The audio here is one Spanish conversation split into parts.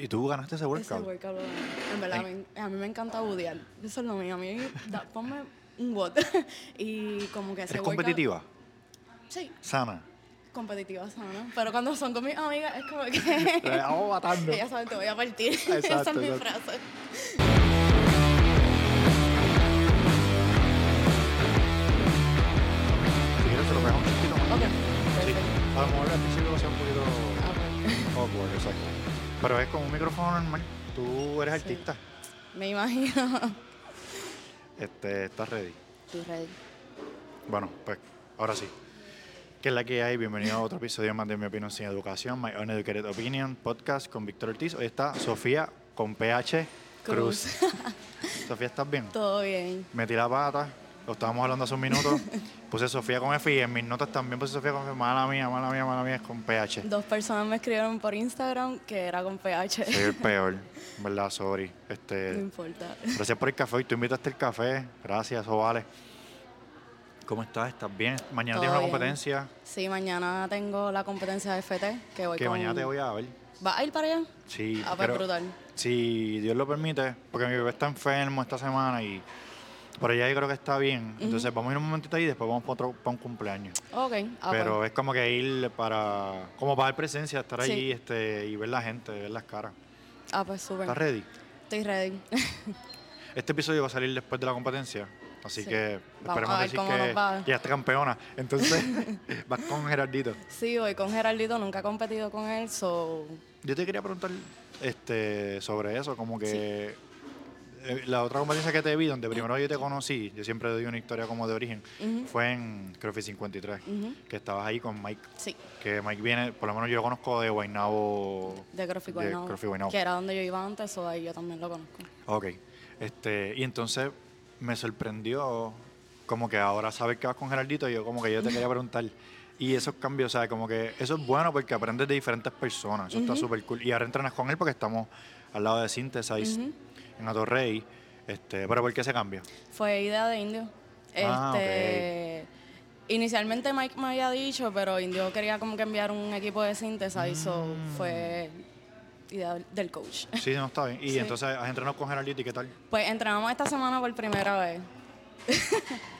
¿Y tú ganaste ese Ese workout? workout lo gané. En verdad, En- me en- a mí me encanta budear. Eso es lo mío. A mí, da- ponme un what. y como que ese ¿Eres workout- competitiva? Sí, ¿Sana? competitiva sana. Pero cuando son con mis amigas es como que... Eh, vamos matando. Ellas saben, te voy a partir. Esa es ah, Exacto, mi exacto. frase. Si quieres, se lo pegamos un poquito más. Ok, Sí. perfecto. A lo mejor al principio va a ser un poquito Ah, pues, awkward, exacto. Pero es con un micrófono normal. Tú eres Sí. artista. Me imagino. Este, estás ready. Tú ready. Bueno, pues ahora sí. ¿Qué es la que hay? Bienvenido a otro episodio más de Mi Opinión Sin Educación, My Uneducated Opinion, podcast con Víctor Ortiz. Hoy está Sofía con PH Cruz. Sofía, ¿estás bien? Todo bien. Metí la pata, lo estábamos hablando hace un minuto. Puse Sofía con F y en mis notas también puse Sofía con F. Mala mía, mala mía, mala mía, es con PH. Dos personas me escribieron por Instagram que era con PH. Soy el peor, en ¿verdad? Sorry. No Este, importa. gracias por el café hoy. Tú invitaste el café. Gracias, eso vale. ¿Cómo estás? ¿Estás bien? Mañana Todo tienes una bien. competencia Sí, mañana tengo la competencia de FT que voy que con... mañana te voy a ver. ¿Vas a ir para allá? Sí, Ah, pues pero brutal. si Dios lo permite, porque mi bebé está enfermo esta semana y por allá yo creo que está bien. Entonces vamos a ir un momentito ahí y después vamos para, otro, para un cumpleaños. Ok. Ah, pero pues, es como que ir para, como para dar presencia, estar Sí. allí este, y ver la gente, ver las caras. ah, pues súper. ¿Estás ready? Estoy ready. Este episodio va a salir después de la competencia, así Sí. que Vamos a esperemos ver decir cómo nos que va. ya está campeona. Entonces vas con Gerardito. sí, voy con Geraldito, nunca he competido con él, so... Yo te quería preguntar este, sobre eso, como que eh, la otra competencia que te vi, donde primero yo te conocí, yo siempre doy una historia como de origen, Ujú. fue en Crofi 53, Ujú. que estabas ahí con Mike, Sí, que Mike viene, por lo menos yo lo conozco de Guaynabo. de Crofi De Crofi Guaynabo. Que era donde yo iba antes, o ahí yo también lo conozco. Ok, este, y entonces me sorprendió como que ahora sabes que vas con Gerardito, yo como que yo te quería preguntar. Y esos cambios, ¿sabes? Como que eso es bueno porque aprendes de diferentes personas, eso está súper cool. Y ahora entrenas con él porque estamos al lado de Synthesize, en Atorrey. Este, pero ¿por qué se cambia? Fue idea de Indio. Ah, este, Inicialmente Mike me había dicho, pero Indio quería como que enviar un equipo de synthesizer, so Mm. fue idea del coach. Sí, no está bien. Y Sí. entonces has entrenado con Gerardito y qué tal? Pues entrenamos esta semana por primera vez.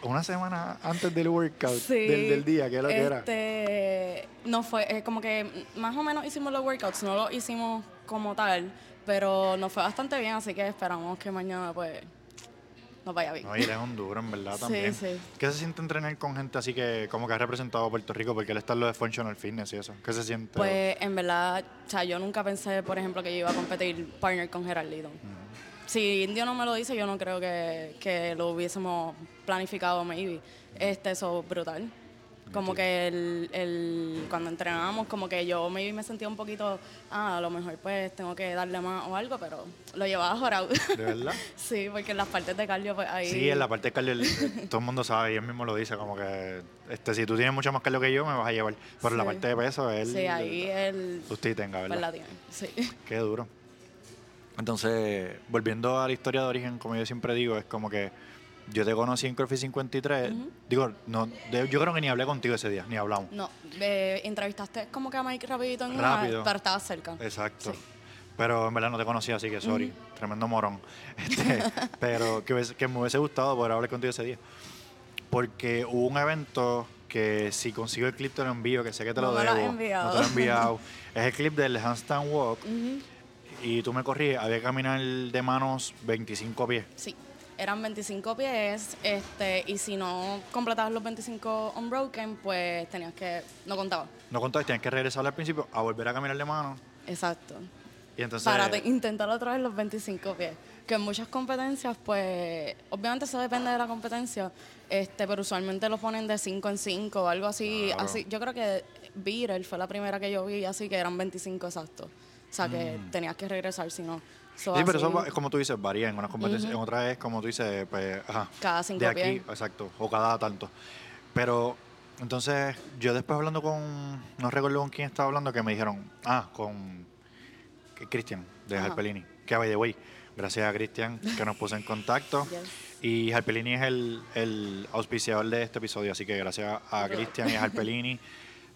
Una semana antes del workout, Sí. del, del día, que es lo que era. este, No fue, es como que más o menos hicimos los workouts, no los hicimos como tal, pero nos fue bastante bien, así que esperamos que mañana pues nos vaya bien. No, y él es un duro, en verdad, Sí, también. sí. ¿Qué se siente entrenar con gente así que como que ha representado a Puerto Rico? Porque él está en lo de Functional Fitness y eso. ¿Qué se siente? Pues en verdad, o sea, yo nunca pensé, por ejemplo, que yo iba a competir partner con Gerald Lidon. Mm. Si Indio no me lo dice, yo no creo que, que lo hubiésemos planificado, maybe. Este, eso brutal. Como que el, el- cuando entrenábamos, como que yo maybe me sentía un poquito, ah, a lo mejor pues tengo que darle más o algo, pero lo llevaba jorado. ¿De verdad? sí, porque en las partes de cardio, pues ahí. Sí, en la parte de cardio el- todo el mundo sabe y él mismo lo dice, como que este, si tú tienes mucho más cardio que yo, me vas a llevar. Pero en la Sí. parte de peso, él... Sí, ahí el. Usted tenga, Pues la ¿verdad? tiene. Sí. Qué duro. Entonces, volviendo a la historia de origen, como yo siempre digo, es como que yo te conocí en Crofi 53. Digo, no, de- yo creo que ni hablé contigo ese día, ni hablamos. No, eh, entrevistaste como que a Mike rapidito en Rápido. una, pero estabas cerca. Exacto. Sí. Pero en verdad no te conocía, así que sorry. Tremendo morón. Este, pero que, hubiese- que me hubiese gustado poder hablar contigo ese día. Porque hubo un evento que si consigo el clip te lo envío, que sé que te No lo me lo debo. No has enviado. te lo he enviado. es el clip del handstand walk. Ujú, Y tú me corrí, había que caminar de manos 25 pies. Sí, eran 25 pies, este, y si no completabas los 25 unbroken, pues tenías que, no contaba. No contaste, tienes que regresar al principio a volver a caminar de manos. Exacto. Y entonces. Para te- intentar otra vez los 25 pies. Que en muchas competencias, pues, obviamente eso depende de la competencia, este, pero usualmente los ponen de 5 en 5 o algo así. Claro. así yo creo que Beatle fue la primera que yo vi, así que eran 25 exactos. O sea, que tenías que regresar si no. So, Mm. Sí, pero así- eso va- es como tú dices, varía en unas competencias. En otras es como tú dices, pues, ajá, Cada cinco de aquí, pies. exacto, o cada tanto. Pero entonces, yo después hablando con, no recuerdo con quién estaba hablando, que me dijeron, ah, con Cristian de Ajá. Jalpelini, que by the way, gracias a Cristian que nos puso en contacto. Yes. Y Jalpelini es el, el auspiciador de este episodio, así que gracias a Cristian y a Jalpelini,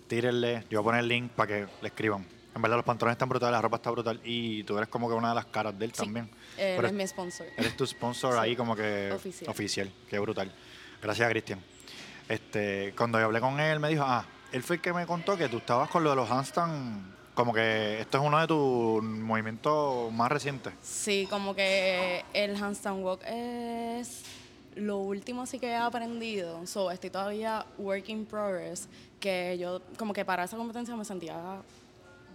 tírenle, yo voy a poner el link para que le escriban. En verdad, los pantalones están brutales, la ropa está brutal y tú eres como que una de las caras de él también. Él Pero es eh, mi sponsor. Eres tu sponsor Sí. ahí como que Oficial. oficial. Qué brutal. Gracias, Cristian. Este, cuando yo hablé con él, me dijo, ah, él fue el que me contó que tú estabas con lo de los handstand, como que esto es uno de tus movimientos más recientes. Sí, como que el handstand walk es lo último así que he aprendido. So, estoy todavía work in progress, que yo como que para esa competencia me sentía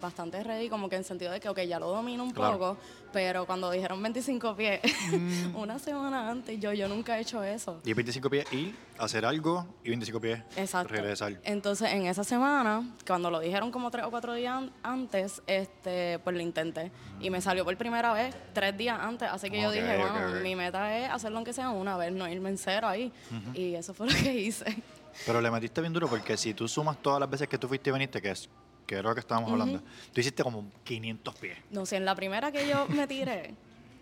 bastante ready, como que en sentido de que, ok, ya lo domino un Claro. poco, pero cuando dijeron 25 pies, una semana antes, yo, yo nunca he hecho eso. Y 25 pies ir, hacer algo y 25 pies Exacto. regresar. Entonces, en esa semana, cuando lo dijeron como tres o cuatro días an- antes, este, pues lo intenté. Y me salió por primera vez tres días antes. Así que yo Ok, dije, ok, bueno, ok. mi meta es hacerlo aunque sea una vez, no irme en cero ahí. Y eso fue lo que hice. Pero le metiste bien duro porque si tú sumas todas las veces que tú fuiste y viniste, que es que era lo que estábamos hablando, tú hiciste como 500 pies. No sé, en la primera que yo me tiré,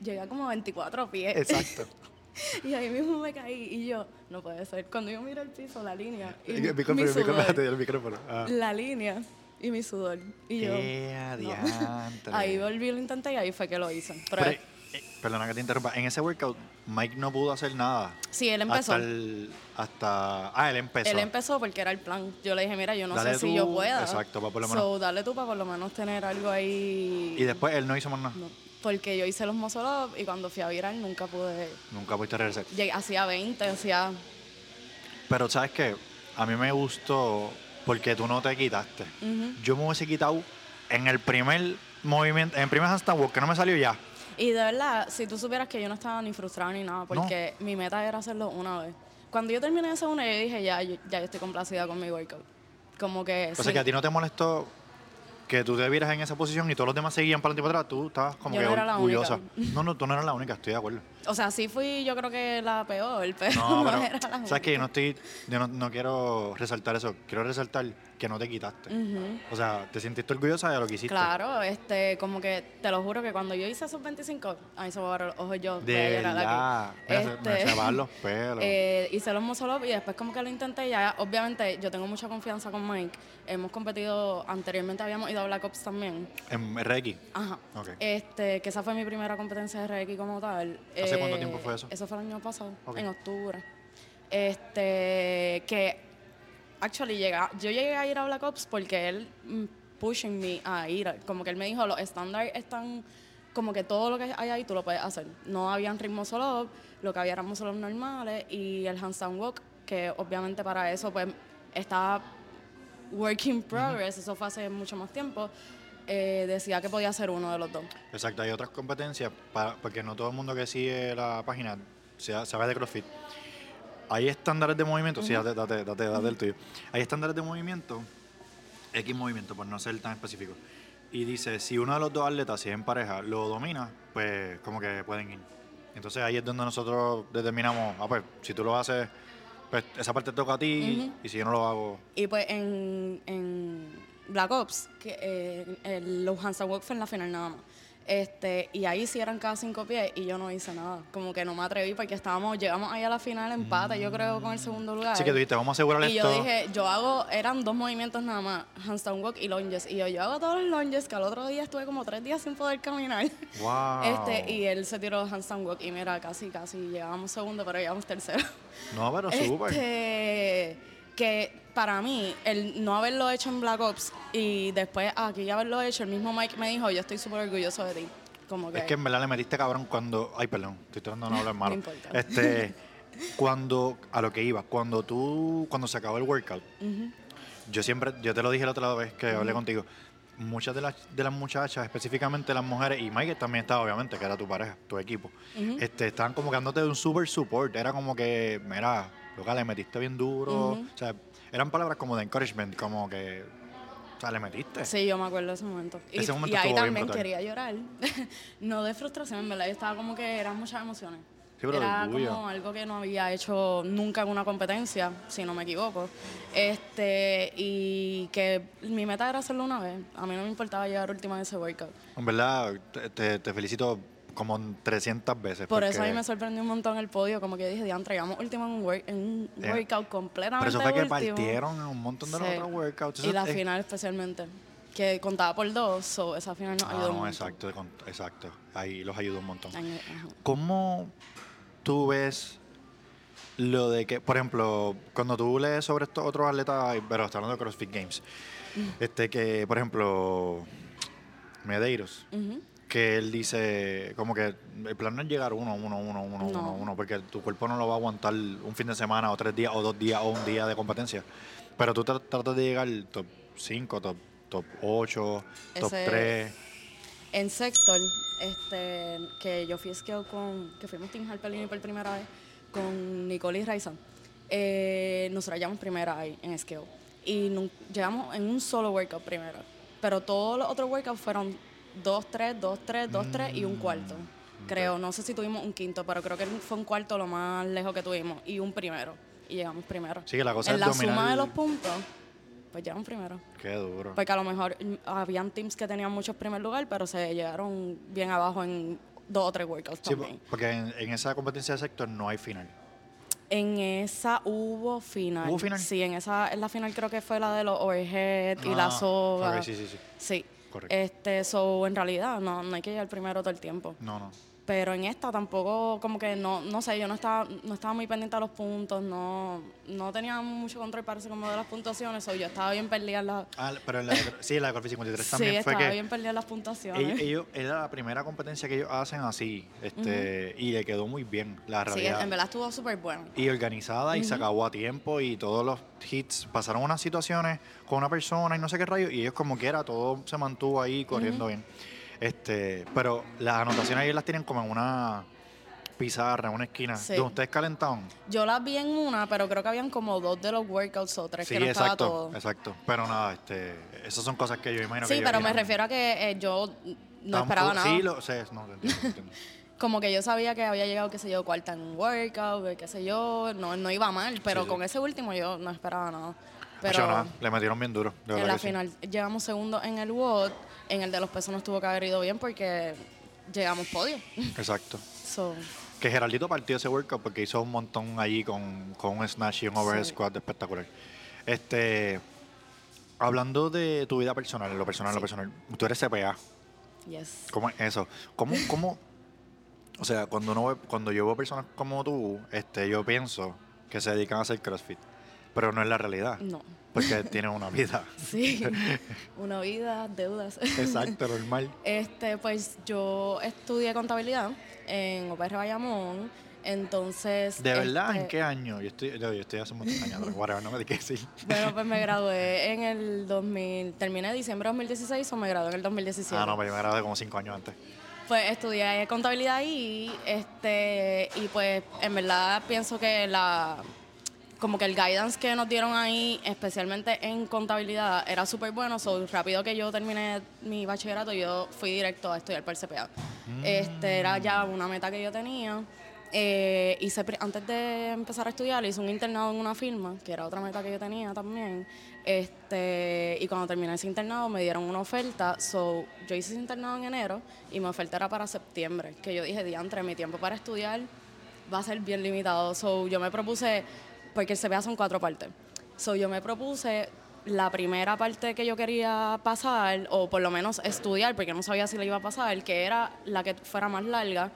llegué a como 24 pies. Exacto. Y ahí mismo me caí. Y yo, no puede ser. Cuando yo miro el piso, la línea. Y el mi micrófono, el micrófono, sudor, te dio el micrófono. Ah. la línea y mi sudor. Y yo. ¡Eh, no. adiantre! Ahí volví, lo intenté y ahí fue que lo hice. Pero, Pero, eh, perdona que te interrumpa. En ese workout, Mike no pudo hacer nada. Sí, él empezó. Hasta, el- hasta- Ah, él empezó. Él empezó porque era el plan. Yo le dije, mira, yo no Dale sé si tú, yo pueda. exacto, pa' por lo So, dale tú para por lo menos tener algo ahí. y después él no hizo más nada. No, porque yo hice los muscle up y cuando fui a viral nunca pude. Nunca pudiste regresar. Llegué, hacía 20, hacía. Pero sabes qué? A mí me gustó porque tú no te quitaste. Ujú. Yo me hubiese quitado en el primer movimiento, en el primer handstand walk, que no me salió ya. Y de verdad, si tú supieras que yo no estaba ni frustrada ni nada, porque mi meta era hacerlo una vez. Cuando yo terminé esa una, yo dije, ya, yo, ya yo estoy complacida con mi workout. Como que. O sea sí, que a ti no te molestó que tú te vieras en esa posición y todos los demás seguían para adelante y para atrás. Tú estabas como Yo que no era la única. orgullosa. No, no, tú no eras la única, estoy de acuerdo. o sea, sí fui, yo creo que la peor, pero No, no, pero era la sabes que única. yo no estoy, yo no, no quiero resaltar eso. Quiero resaltar que no te quitaste. O sea, te sentiste orgullosa de lo que hiciste. Claro, este, como que te lo juro que cuando yo hice esos 25, ahí se me agarró los ojos yo. De voy a llorar verdad. Mira, se- Este, me se me van los pelos. eh, hice los muscle up y después como que lo intenté ya. Obviamente yo tengo mucha confianza con Mike. Hemos competido, anteriormente habíamos ido a Black Ops también. en Reiki. Ajá. Ok. Este, que esa fue mi primera competencia de RX como tal. Eh, ¿Hace cuánto tiempo fue eso? Eso fue el año pasado, Ok. en octubre. Este, que actually llega, yo llegué a ir a Black Ops porque él mm, pushing me a ir, como que él me dijo, los estándares están como que todo lo que hay ahí tú lo puedes hacer. No habían ritmos solo, lo que había eran solos normales y el handstand walk, que obviamente para eso pues estaba work in progress, eso fue hace mucho más tiempo, eh, decía que podía ser uno de los dos. Exacto, hay otras competencias, para, porque no todo el mundo que sigue la página sea- sabe de CrossFit. Hay estándares de movimiento, sí, date, date, date, date el tuyo. Hay estándares de movimiento, X movimiento, por no ser tan específico. Y dice, si uno de los dos atletas, si es en pareja, lo domina, pues como que pueden ir. Entonces ahí es donde nosotros determinamos, ah, pues si tú lo haces, pues esa parte te toca a ti, y si yo no lo hago, Y pues en, en Black Ops, que, eh, el- los handstand walk fue en la final nada más. Este, y ahí sí eran cada cinco pies y yo no hice nada. Como que no me atreví porque estábamos, llegamos ahí a la final empate, yo creo, con el segundo lugar. así que tú dijiste, vamos a asegurar y esto. yo dije, yo hago, eran dos movimientos nada más, handstand walk y lunges. Y yo, yo hago todos los lunges, que al otro día estuve como tres días sin poder caminar. wow. Este, y él se tiró handstand walk y mira, casi, casi llegábamos segundo, pero llegamos tercero. no, pero Ah, súper. Este, que para mí, el no haberlo hecho en Black Ops y después aquí haberlo hecho, el mismo Mike me dijo, yo estoy súper orgulloso de ti. Como que, Es que en verdad le metiste cabrón cuando. Ay, perdón, estoy tratando de no hablar malo. importa. Este, cuando. A lo que iba, cuando tú. Cuando se acabó el workout, yo siempre. Yo te lo dije la otra vez que hablé contigo. Muchas de las, de las muchachas, específicamente las mujeres, y Mike también estaba, obviamente, que era tu pareja, tu equipo, este, estaban como que dándote un super support. Era como que, mira, loca, le metiste bien duro. O sea, eran palabras como de encouragement, como que. O sea, le metiste. sí, yo me acuerdo de ese momento. Y, Ese momento y ahí estuvo bien también brutal. quería llorar. no de frustración, en verdad, yo estaba como que eran muchas emociones. pero de Era orgullo. como algo que no había hecho nunca en una competencia, si no me equivoco. Este, y que mi meta era hacerlo una vez. A mí no me importaba llegar última en ese workout. En verdad, te, te- te felicito como 300 veces. Por eso a mí porque- me sorprendió un montón el podio, como que dije, diantre, llegamos último en un, work- en un Yeah. workout completamente Eh, Pero eso fue que último". partieron en un montón de los Sí. otros workouts. Y Eso la es- eh, final especialmente. que contaba por dos, so esa final nos Ah, ayudó no, un montón. exacto, con- exacto. Ahí los ayudó un montón. Ay, ajá. ¿Cómo tú ves lo de que, por ejemplo, cuando tú lees sobre estos otros atletas, ay, pero está hablando de CrossFit Games, Mm. este que, por ejemplo, Medeiros, Ujú. que él dice como que el plan no es llegar uno, uno, uno, uno, No. uno, uno, porque tu cuerpo no lo va a aguantar un fin de semana o tres días o dos días o un día de competencia. Pero tú tra- tratas de llegar top 5, top, top 8, top Ese- 3. En Sector, este, que yo fui scout con, que fuimos Team Harpelini por primera vez, con Nicole y Raiza, eh, nosotros llegamos primera ahí en scout. Y nu- llegamos en un solo workout primero. Pero todos los otros workouts fueron 2-3, 2-3, 2-3 y un Mm, cuarto. Creo, no sé si tuvimos un quinto, pero creo que fue un cuarto lo más lejos que tuvimos y un primero. Y llegamos primero. Sí, que la cosa en es la dominar suma de el- los puntos, pues llegamos primero. Qué duro. Porque a lo mejor mm, habían teams que tenían muchos primer lugar, pero se llegaron bien abajo en dos o tres workouts Sí, pues. también. po- porque en, en esa competencia de sector no hay final. En esa hubo final. ¿Hubo final? Sí, en esa, en la final creo que fue la de los overhead y la Ah, soga. ok, sí, sí, sí. Sí. Correcto. Este, so, en realidad, no, no hay que llegar primero todo el tiempo. No, no. Pero en esta tampoco, como que no, no sé, yo no estaba, no estaba muy pendiente a los puntos, no, no tenía mucho control, parece, como de las puntuaciones, o yo estaba bien perdida en las... Ah, pero en la, de- sí, en la de Corfi 53 Sí, también fue estaba que bien perdida en las puntuaciones. ellos, ellos- era la primera competencia que ellos hacen así este, y le quedó muy bien la Sí, realidad. en verdad estuvo súper bueno. y organizada y se acabó a tiempo y todos los hits pasaron unas situaciones con una persona y no sé qué rayo y ellos como quiera todo se mantuvo ahí corriendo bien este pero las anotaciones ellos las tienen como en una pizarra en una esquina Sí. donde ustedes calentaban Yo las vi en una, pero creo que habían como dos de los workouts o tres sí que no estaba exacto todo. exacto pero nada este esas son cosas que yo imagino que Sí, ellos pero me miran. refiero a que eh, yo no Tampo- esperaba nada. sí lo sé no, lo entiendo, lo entiendo. Como que yo sabía que había llegado, qué sé yo, cuarta en un workout, qué sé yo, no, no iba mal, pero Sí, sí. con ese último yo no esperaba nada. Hacho, Pero nada, le metieron bien duro de verdad en la que sí. final llegamos segundo en el WOD, en el de los pesos nos tuvo que haber ido bien porque llegamos podio. exacto So, Que Geraldito partió ese workout porque hizo un montón allí con, con un snatch y un overhead Sí. squat espectacular. Este, hablando de tu vida personal, en lo personal, en lo Sí. personal, tú eres CPA, yes. ¿cómo es eso? ¿Cómo, cómo, o sea, cuando, uno ve- cuando yo veo personas como tú, este, yo pienso que se dedican a hacer CrossFit, pero no es la realidad, No. porque tienen una vida. Sí. Una vida, deudas. Exacto, normal. Este, pues yo estudié contabilidad en OPR Bayamón, entonces... ¿De verdad? este, ¿En qué año? Yo estoy, yo estoy hace muchos años, pero whatever, no me di que decir. Bueno, pues me gradué en el 2000, terminé en diciembre de 2016 o me gradué en el 2017. Ah, no, pero yo me gradué como cinco años antes. Pues estudié contabilidad y este, y pues en verdad pienso que la, como que el guidance que nos dieron ahí, especialmente en contabilidad, era súper bueno. So, rápido que yo terminé mi bachillerato, yo fui directo a estudiar para el CPA. Este, era ya una meta que yo tenía. Eh, hice, pri- antes de empezar a estudiar, hice un internado en una firma, que era otra meta que yo tenía también. Este, y cuando terminé ese internado, me dieron una oferta. So, yo hice ese internado en enero y mi oferta era para septiembre, que yo dije, diantre, mi tiempo para estudiar va a ser bien limitado. So, yo me propuse, porque el CPA son cuatro partes. So, yo me propuse la primera parte que yo quería pasar, o por lo menos estudiar, porque no sabía si la iba a pasar, que era la que fuera más larga,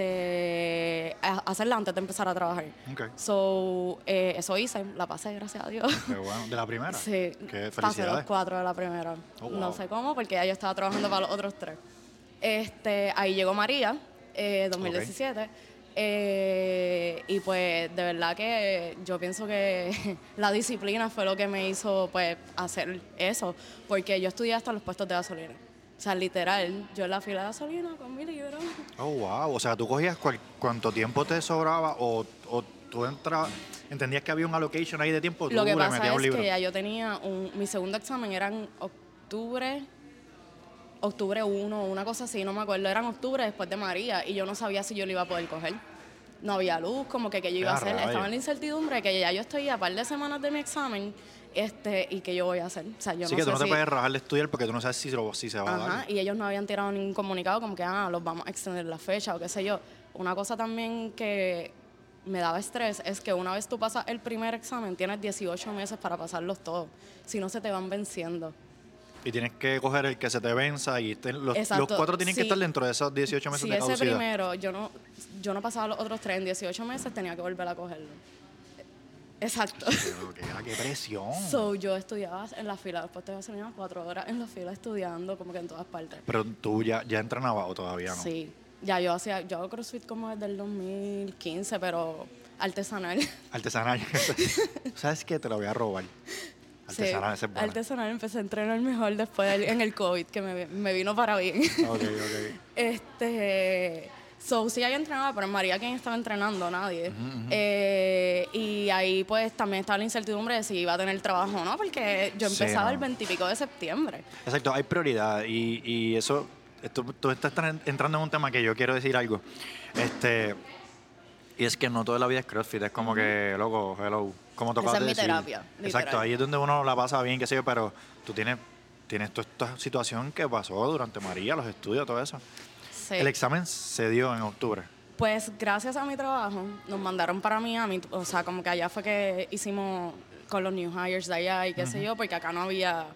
este, a- hacerla antes de empezar a trabajar. Ok. So, eh, eso hice, la pasé, gracias a Dios. Qué bueno. ¿De la primera? Sí, Qué pasé los felicidades. cuatro de la primera. Oh, wow. No sé cómo, porque ya yo estaba trabajando para los otros tres. Este, ahí llegó María, eh, 2017. eh, y pues de verdad que yo pienso que la disciplina fue lo que me hizo pues hacer eso, porque yo estudié hasta los puestos de gasolina. O sea, literal, yo en la fila de gasolina con mi libro. Oh, wow. O sea, tú cogías cual- cuánto tiempo te sobraba o, o tú entrabas, entendías que había un allocation ahí de tiempo, tú Lo que le metías pasa un es libro. que ya yo tenía un, mi segundo examen era en octubre, octubre 1, una cosa así, no me acuerdo, era en octubre después de María y yo no sabía si yo lo iba a poder coger. No había luz, como que, que yo iba a Ah, hacer, rayos. estaba en la incertidumbre que ya yo estoy a par de semanas de mi examen este y que yo voy a hacer. O sea, yo Así no que tú sé no te si- puedes rajar de estudiar porque tú no sabes si, lo- si se va a Ajá, dar. y ellos no habían tirado ningún comunicado como que, ah, los vamos a extender la fecha o qué sé yo. Una cosa también que me daba estrés es que una vez tú pasas el primer examen, tienes 18 meses para pasarlos todos, si no se te van venciendo. Y tienes que coger el que se te venza y te- los, Exacto, los cuatro tienen que sí. estar dentro de esos 18 meses Si de ese caducidad. primero, yo no, yo no pasaba los otros tres en 18 meses, tenía que volver a cogerlo. Exacto. Pero que, ah, qué presión. So, yo estudiaba en la fila, después te gasolina cuatro horas en la fila estudiando, como que en todas partes. Pero tú ya, ya entrenabas o todavía no. Sí, ya yo hacía, yo hago CrossFit como desde el 2015, pero artesanal. Artesanal. ¿Sabes qué? Te lo voy a robar. Sí, Artesanal, ese es bueno. Artesanal, empecé a entrenar mejor después del- en el COVID, que me, me vino para bien. Ok, ok. Este. So, sí, ahí entrenaba, pero en María, ¿quién estaba entrenando? Nadie. Eh, y ahí, pues, también estaba la incertidumbre de si iba a tener trabajo o no, porque yo Sí, empezaba no. el 20 y pico de septiembre. Exacto, hay prioridad y, y eso, esto- tú estás tran- entrando en un tema que yo quiero decir algo. Este, y es que no toda la vida es CrossFit, es como que, loco, hello, como Esa tocaba es mi terapia, literal. Exacto, ahí es donde uno la pasa bien, qué sé yo, pero tú tienes, tienes toda esta situación que pasó durante María, los estudios, todo eso. Sí. El examen se dio en octubre. Pues, gracias a mi trabajo, nos mandaron para Miami. O sea, como que allá fue que hicimos con los new hires de allá y qué sé yo, porque acá no había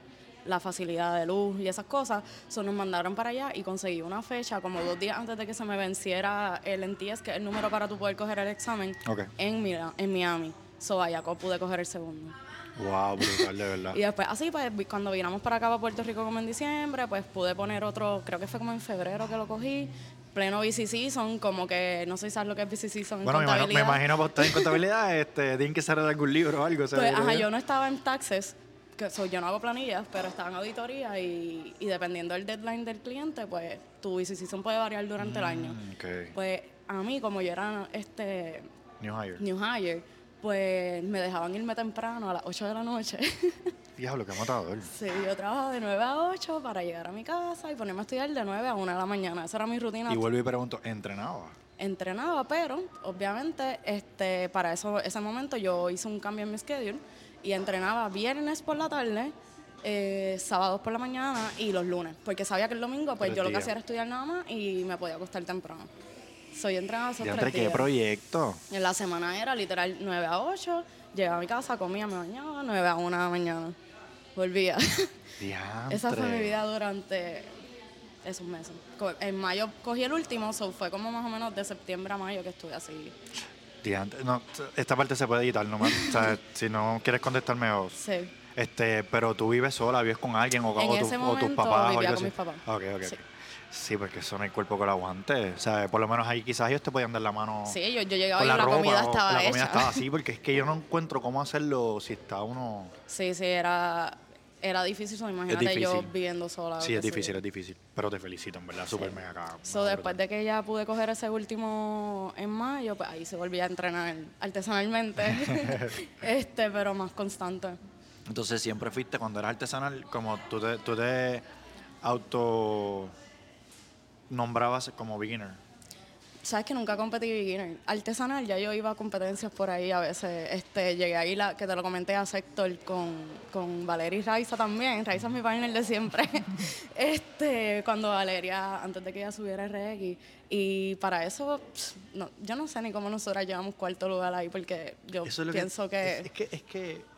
la facilidad de luz y esas cosas. So, nos mandaron para allá y conseguí una fecha como dos días antes de que se me venciera el NTS, que es el número para tú poder coger el examen. Ok. en, Mila- en Miami. So, allá co- pude coger el segundo. Wow, brutal, de verdad. Y después, así, pues, vi- cuando vinamos para acá, para Puerto Rico, como en diciembre, pues pude poner otro, creo que fue como en febrero que lo cogí, pleno BC Season, como que, no sé si sabes lo que es BC Season en bueno, me imagino, me contabilidad. imagino para usted en contabilidad, este, tienen que cerrar algún libro o algo. Pues, ajá, yo no. no estaba en taxes, que, so, yo no hago planillas, pero estaba en auditoría y, y dependiendo del deadline del cliente, pues tu BC Season puede variar durante el año. Mm. Ok, Pues a mí, como yo era este New Hire. new hire, pues me dejaban irme temprano a las 8 de la noche. Diablo, qué matador. Sí, yo trabajo de 9 a 8 para llegar a mi casa y ponerme a estudiar de 9 a 1 de la mañana. Esa era mi rutina. Y vuelvo y pregunto, ¿entrenaba? Entrenaba, pero obviamente este, para eso, ese momento yo hice un cambio en mi schedule y entrenaba viernes por la tarde, eh, sábados por la mañana y los lunes. Porque sabía que el domingo pues Tres yo lo que días. hacía era estudiar nada más y me podía acostar temprano. Soy entrenaba esos ¿Y entre tres qué días. proyecto? En la semana era literal 9 a 8, llegaba a mi casa, comía, me bañaba, 9 a 1 de la mañana. Volvía. Diantre. Esa fue mi vida durante esos meses. Co- En mayo cogí el último, so fue como más o menos de septiembre a mayo que estuve así. Diantre. No, esta parte se puede editar nomás. o sea, si no quieres contestarme o... Sí. Este, pero tú vives sola, vives con alguien o, En o tu- ese o tus momento papás o vivía algo con así. mis papás. Ok, ok, ok. Sí. Sí, porque eso no hay cuerpo que lo aguante. O sea, por lo menos ahí quizás ellos te podían dar la mano Sí, yo, yo llegaba con y la la, ropa. comida o- estaba la comida hecha. estaba así, porque es que yo no encuentro cómo hacerlo si está uno... Sí, sí, era, era difícil, so, imagínate yo difícil. viviendo sola. o Sí, qué es sé yo. difícil, es difícil. Pero te felicito, en verdad, súper mega acá. So, después de que ya pude coger ese último en mayo, pues ahí se volvía a entrenar artesanalmente, este, pero más constante. Entonces siempre fuiste, cuando eras artesanal, como tú te, tú te auto nombrabas como beginner. Sabes que nunca competí beginner. Artesanal, ya yo iba a competencias por ahí a veces. Este, llegué ahí, la, que te lo comenté a Sector con, con Valeria y Raiza también. Raiza es mi partner de siempre. este, cuando Valeria, antes de que ella subiera RX. Y para eso, pss, no, yo no sé ni cómo nosotras llevamos cuarto lugar ahí, porque yo Eso es lo pienso que, Es, es que... es que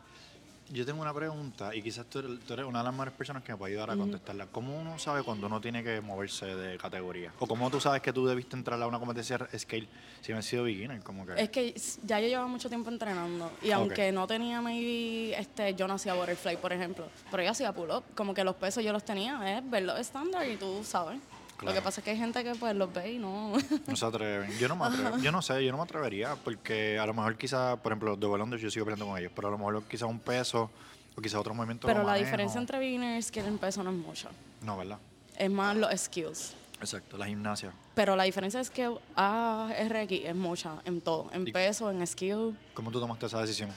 yo tengo una pregunta y quizás tú eres, tú eres una de las mejores personas que me puede ayudar a contestarla. ¿Cómo uno sabe cuando uno tiene que moverse de categoría? ¿O cómo tú sabes que tú debiste entrar a una competencia scale si me has sido beginner? Como que... Es que s- ya yo llevaba mucho tiempo entrenando y Ah, aunque no tenía maybe, este, yo no hacía butterfly, por ejemplo, pero yo hacía pull-up, como que los pesos yo los tenía, es ver los estándar y tú sabes. Lo que Claro. pasa es que hay gente que pues los ve y no... No se atreven. Yo no me atrevo. Yo no sé, yo no me atrevería porque a lo mejor quizá, por ejemplo, los double unders yo sigo peleando con ellos, pero a lo mejor quizá un peso o quizá otro movimiento. lo pero la manejo. diferencia entre beginners es que el peso no es mucho, No, ¿verdad? es más los skills. Exacto, la gimnasia. Pero la diferencia es que ARX es mucha en todo, en Y- peso, en skill, ¿Cómo tú tomaste esa decisión?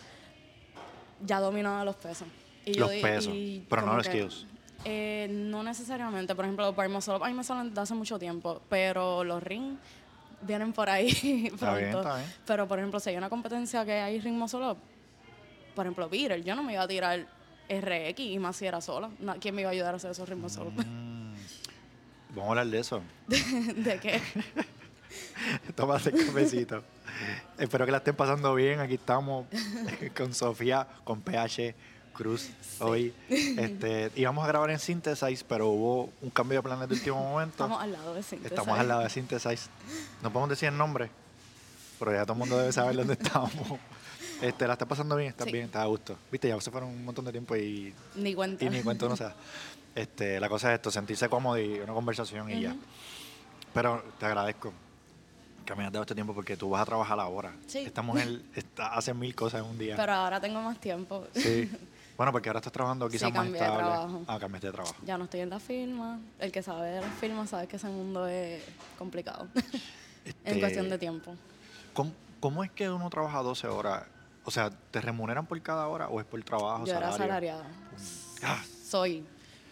ya dominaba los pesos. Y Los di- pesos, y pero no como los que, kilos. eh, no necesariamente. Por ejemplo, los bar muscle up, a mí me salen de hace mucho tiempo, pero los ring vienen por ahí pronto. bien, está bien. Pero, por ejemplo, si hay una competencia que hay ring muscle up, por ejemplo, Peter, yo no me iba a tirar RX y más si era sola. Na- ¿Quién me iba a ayudar a hacer esos ring muscle up? Mm, vamos a hablar de eso. ¿De qué? Tómate el cafecito. Espero que la estén pasando bien. Aquí estamos con Sofía, con PH, Cruz hoy. Este, íbamos a grabar en Synthesize, pero hubo un cambio de planes de último momento. Estamos al lado de Synthesize. Estamos al lado de Synthesize. No podemos decir el nombre, pero ya todo el mundo debe saber dónde estamos. Este, la está pasando bien, estás Sí. bien, estás a gusto. Viste, ya se fueron un montón de tiempo y, Ni cuenta. y ni cuento no se da. Este, la cosa es esto, sentirse cómodo y una conversación y ya. Pero te agradezco que me hayas dado este tiempo porque tú vas a trabajar ahora. Sí. Esta mujer está, hace mil cosas en un día. Pero ahora tengo más tiempo. Sí. Bueno, porque ahora estás trabajando Sí, quizás más cambié de estable. trabajo. Ah, cambiaste de trabajo. Ya no estoy en la firma. El que sabe de las firmas sabe que ese mundo es complicado. en Este, cuestión de tiempo. ¿cómo, cómo es que uno trabaja 12 horas? O sea, ¿te remuneran por cada hora o es por trabajo, Yo salario? era asalariada. Ah, Soy.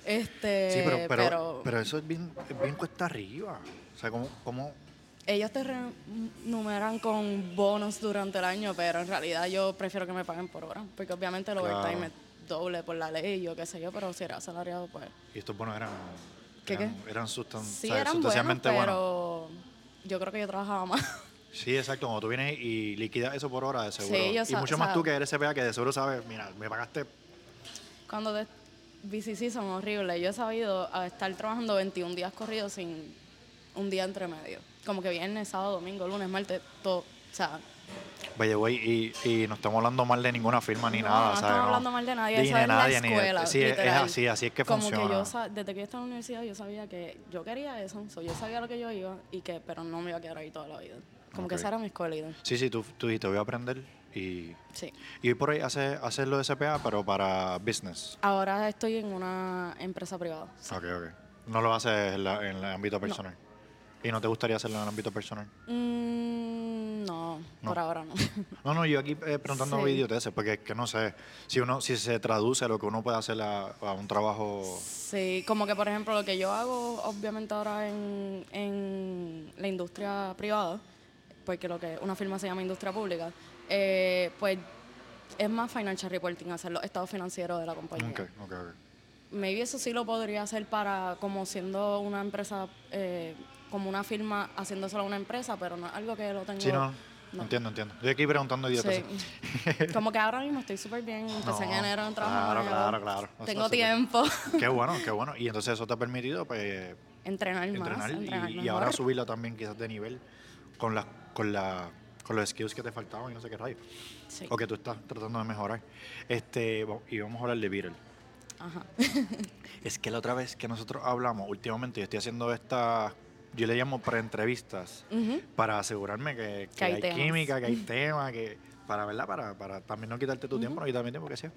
Este, sí, pero, pero, pero- pero eso es bien, es bien cuesta arriba. O sea, ¿cómo...? cómo ellos te renumeran con bonos durante el año, pero en realidad yo prefiero que me paguen por hora, porque obviamente el Claro. overtime es doble por la ley, yo qué sé yo, pero si era asalariado, pues y estos bonos eran... ¿Qué, qué? eran, eran sustan- sí o sea, eran buenos, sustancialmente pero yo creo que yo trabajaba más. Sí, exacto. Cuando tú vienes y liquidas eso por hora, de seguro. Sí, yo y sa- mucho o más sea- tú que eres CPA, que de seguro sabes, mira, me pagaste... Cuando de BCC son horribles, yo he sabido a estar trabajando 21 días corridos sin un día entre medio, como que viernes, sábado, domingo, lunes, martes, todo, o sea, Vaya, güey, y, y no estamos hablando mal de ninguna firma ni No, nada, no ¿sabes? estamos hablando mal de nadie, eso es la escuela, sí, es- es literal. así, así es que como funciona. que yo sa- desde que yo estaba en la universidad yo sabía que yo quería eso, so, yo sabía lo que yo iba y que pero no me iba a quedar ahí toda la vida. Como que Ok. esa era mi escuela y Sí, sí, tú, tú dijiste, voy a aprender y, sí. y hoy por ahí hace, haces lo de CPA, pero para business. Ahora estoy en una empresa privada. sí. Ok, ok. No lo haces en, la- en el ámbito personal. ¿Y no te gustaría hacerlo en el ámbito personal? Mm, no, No. por ahora no. No, no, yo aquí eh, preguntando Sí. idioteces, porque es que no sé, si uno si se traduce lo que uno puede hacer a, a un trabajo... sí, como que por ejemplo lo que yo hago obviamente ahora en, en la industria privada, porque lo que una firma se llama industria pública, eh, pues es más financial reporting, hacer los estados financieros de la compañía. Ok, ok, ok. Maybe eso sí lo podría hacer para, como siendo una empresa, eh, como una firma haciéndoselo a una empresa, pero no es algo que lo tengo. Sí, no, no. entiendo, entiendo. Yo aquí preguntando idioteces. Sí. como que ahora mismo estoy súper bien, empecé en No, enero en trabajo. claro, nuevo. claro, claro. Eso está Tengo súper. tiempo. Qué bueno, qué bueno. Y entonces eso te ha permitido pues, entrenar más, entrenar, entrenar, y- y, mejor. ahora subirla también quizás de nivel con, las con, la, con los skills que te faltaban y no sé qué rayo. Sí. O que tú estás tratando de mejorar. Este, va- y vamos a hablar de Beatle. Ajá. Es que la otra vez que nosotros hablamos, últimamente yo estoy haciendo estas, yo le llamo pre-entrevistas, Ujú. para asegurarme que, que Que hay hay, temas. química, que hay tema, que para verdad, para, para también no quitarte tu tiempo, no quitarme tiempo que sea.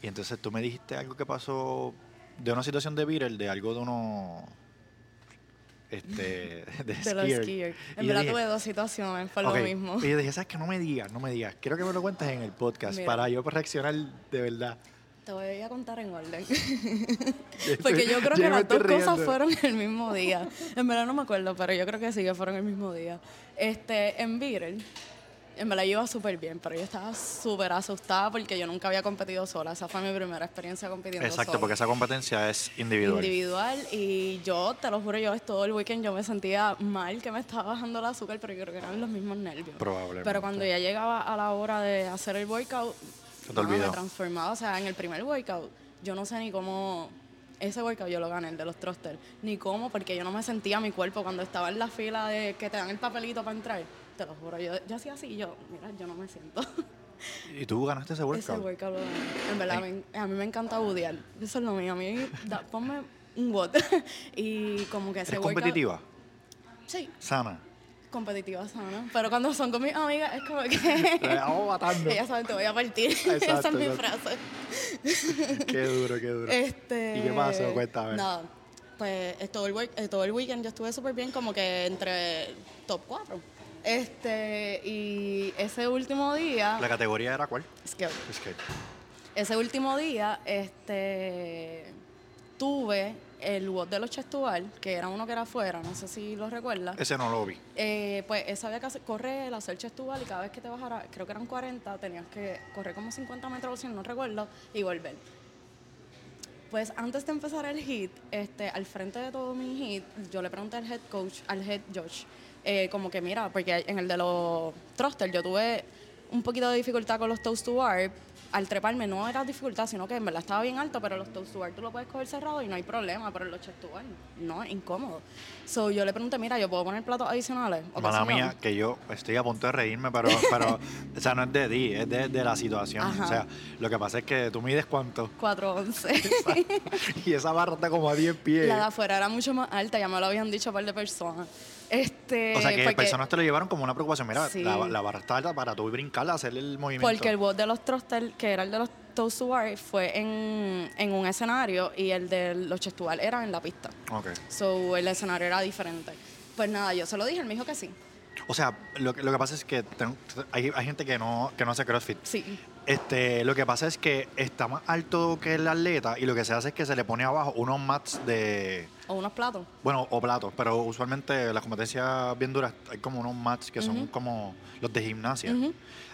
Y entonces tú me dijiste algo que pasó de una situación de viral, de algo de uno este de, De los skier. skier. Y En yo verdad dije, tuve dos situaciones, fue ok. lo mismo. Y yo dije, sabes que no me digas, no me digas, quiero que me lo cuentes en el podcast Mira. para yo reaccionar de verdad. Te voy a contar en orden. Porque yo creo que me las estoy dos cosas riendo. fueron el mismo día. En verdad no me acuerdo, pero yo creo que sí que fueron el mismo día. Este, en Beatle, en verdad yo iba súper bien, pero yo estaba súper asustada porque yo nunca había competido sola. Esa fue mi primera experiencia compitiendo Exacto, sola. porque esa competencia es individual. individual y yo, te lo juro, yo todo el weekend yo me sentía mal que me estaba bajando el azúcar, pero yo creo que eran los mismos nervios. Probablemente. Pero cuando ya llegaba a la hora de hacer el workout, Se te mano, me olvidó. transformaba. O sea, en el primer workout, yo no sé ni cómo. Ese workout yo lo gané, el de los thrusters. Ni cómo, porque yo no me sentía mi cuerpo cuando estaba en la fila de que te dan el papelito para entrar. Te lo juro, yo, yo hacía así, y yo, mira, yo no me siento. Y tú ganaste ese workout. Ese workout lo gané. En verdad, me- a mí me encanta budear. Eso es lo mío. A mí, da- ponme un what. y como que ese ¿Eres workout- competitiva? Sí, Sana. competitiva sana. Pero cuando son con mis amigas, es como que. vamos matando. Ellas saben, te voy a partir. Esa Exacto, es mi exacto. frase. Qué duro, qué duro. Este, ¿Y qué pasó? Cuéntame. Nada. Pues eh, todo el, week- eh, todo el weekend yo estuve súper bien, como que entre top 4. Este, y ese último día. ¿La categoría era cuál? Es que- Es que Ese último día, este, tuve el WOD de los Chestual, que era uno que era afuera, no sé si lo recuerdas. ese no lo vi. Eh, pues eso había que hacer- correr, hacer Chestual y cada vez que te bajara, creo que eran 40, tenías que correr como 50 metros o 100, no recuerdo, y volver. Pues antes de empezar el hit, este, al frente de todo mi hit, yo le pregunté al head coach, al head judge, eh, como que mira, porque en el de los thrusters yo tuve un poquito de dificultad con los toes to warp, al treparme no era dificultad, sino que en verdad estaba bien alto, pero los toes to bar tú lo puedes coger cerrado y no hay problema, pero los chest to bar no, es incómodo. So, yo le pregunté, mira, ¿yo puedo poner platos adicionales? ¿O qué Mala sé yo? mía, que yo estoy a punto de reírme, pero, pero o sea, no es de ti, es de, de la situación. Ajá. O sea, lo que pasa es que tú mides cuánto 411. y esa barra está como a 10 pies. La de afuera era mucho más alta, ya me lo habían dicho un par de personas. Este, o sea, que porque- personas te lo llevaron como una preocupación. Mira, Sí. la, la barra está alta para tú brincarla, hacer el movimiento. Porque el voz de los Trostel, que era el de los Toast to Bar, fue en, en un escenario y el de los Chestual era en la pista. Ok. So, el escenario era diferente. Pues nada, yo se lo dije, él me dijo que sí. O sea, lo, que- lo que pasa es que ten- hay, hay gente que no, que no hace CrossFit. Sí. Este, lo que pasa es que está más alto que el atleta y lo que se hace es que se le pone abajo unos mats de... O unos platos. Bueno, o platos, pero usualmente las competencias bien duras hay como unos mats que son como los de gimnasia.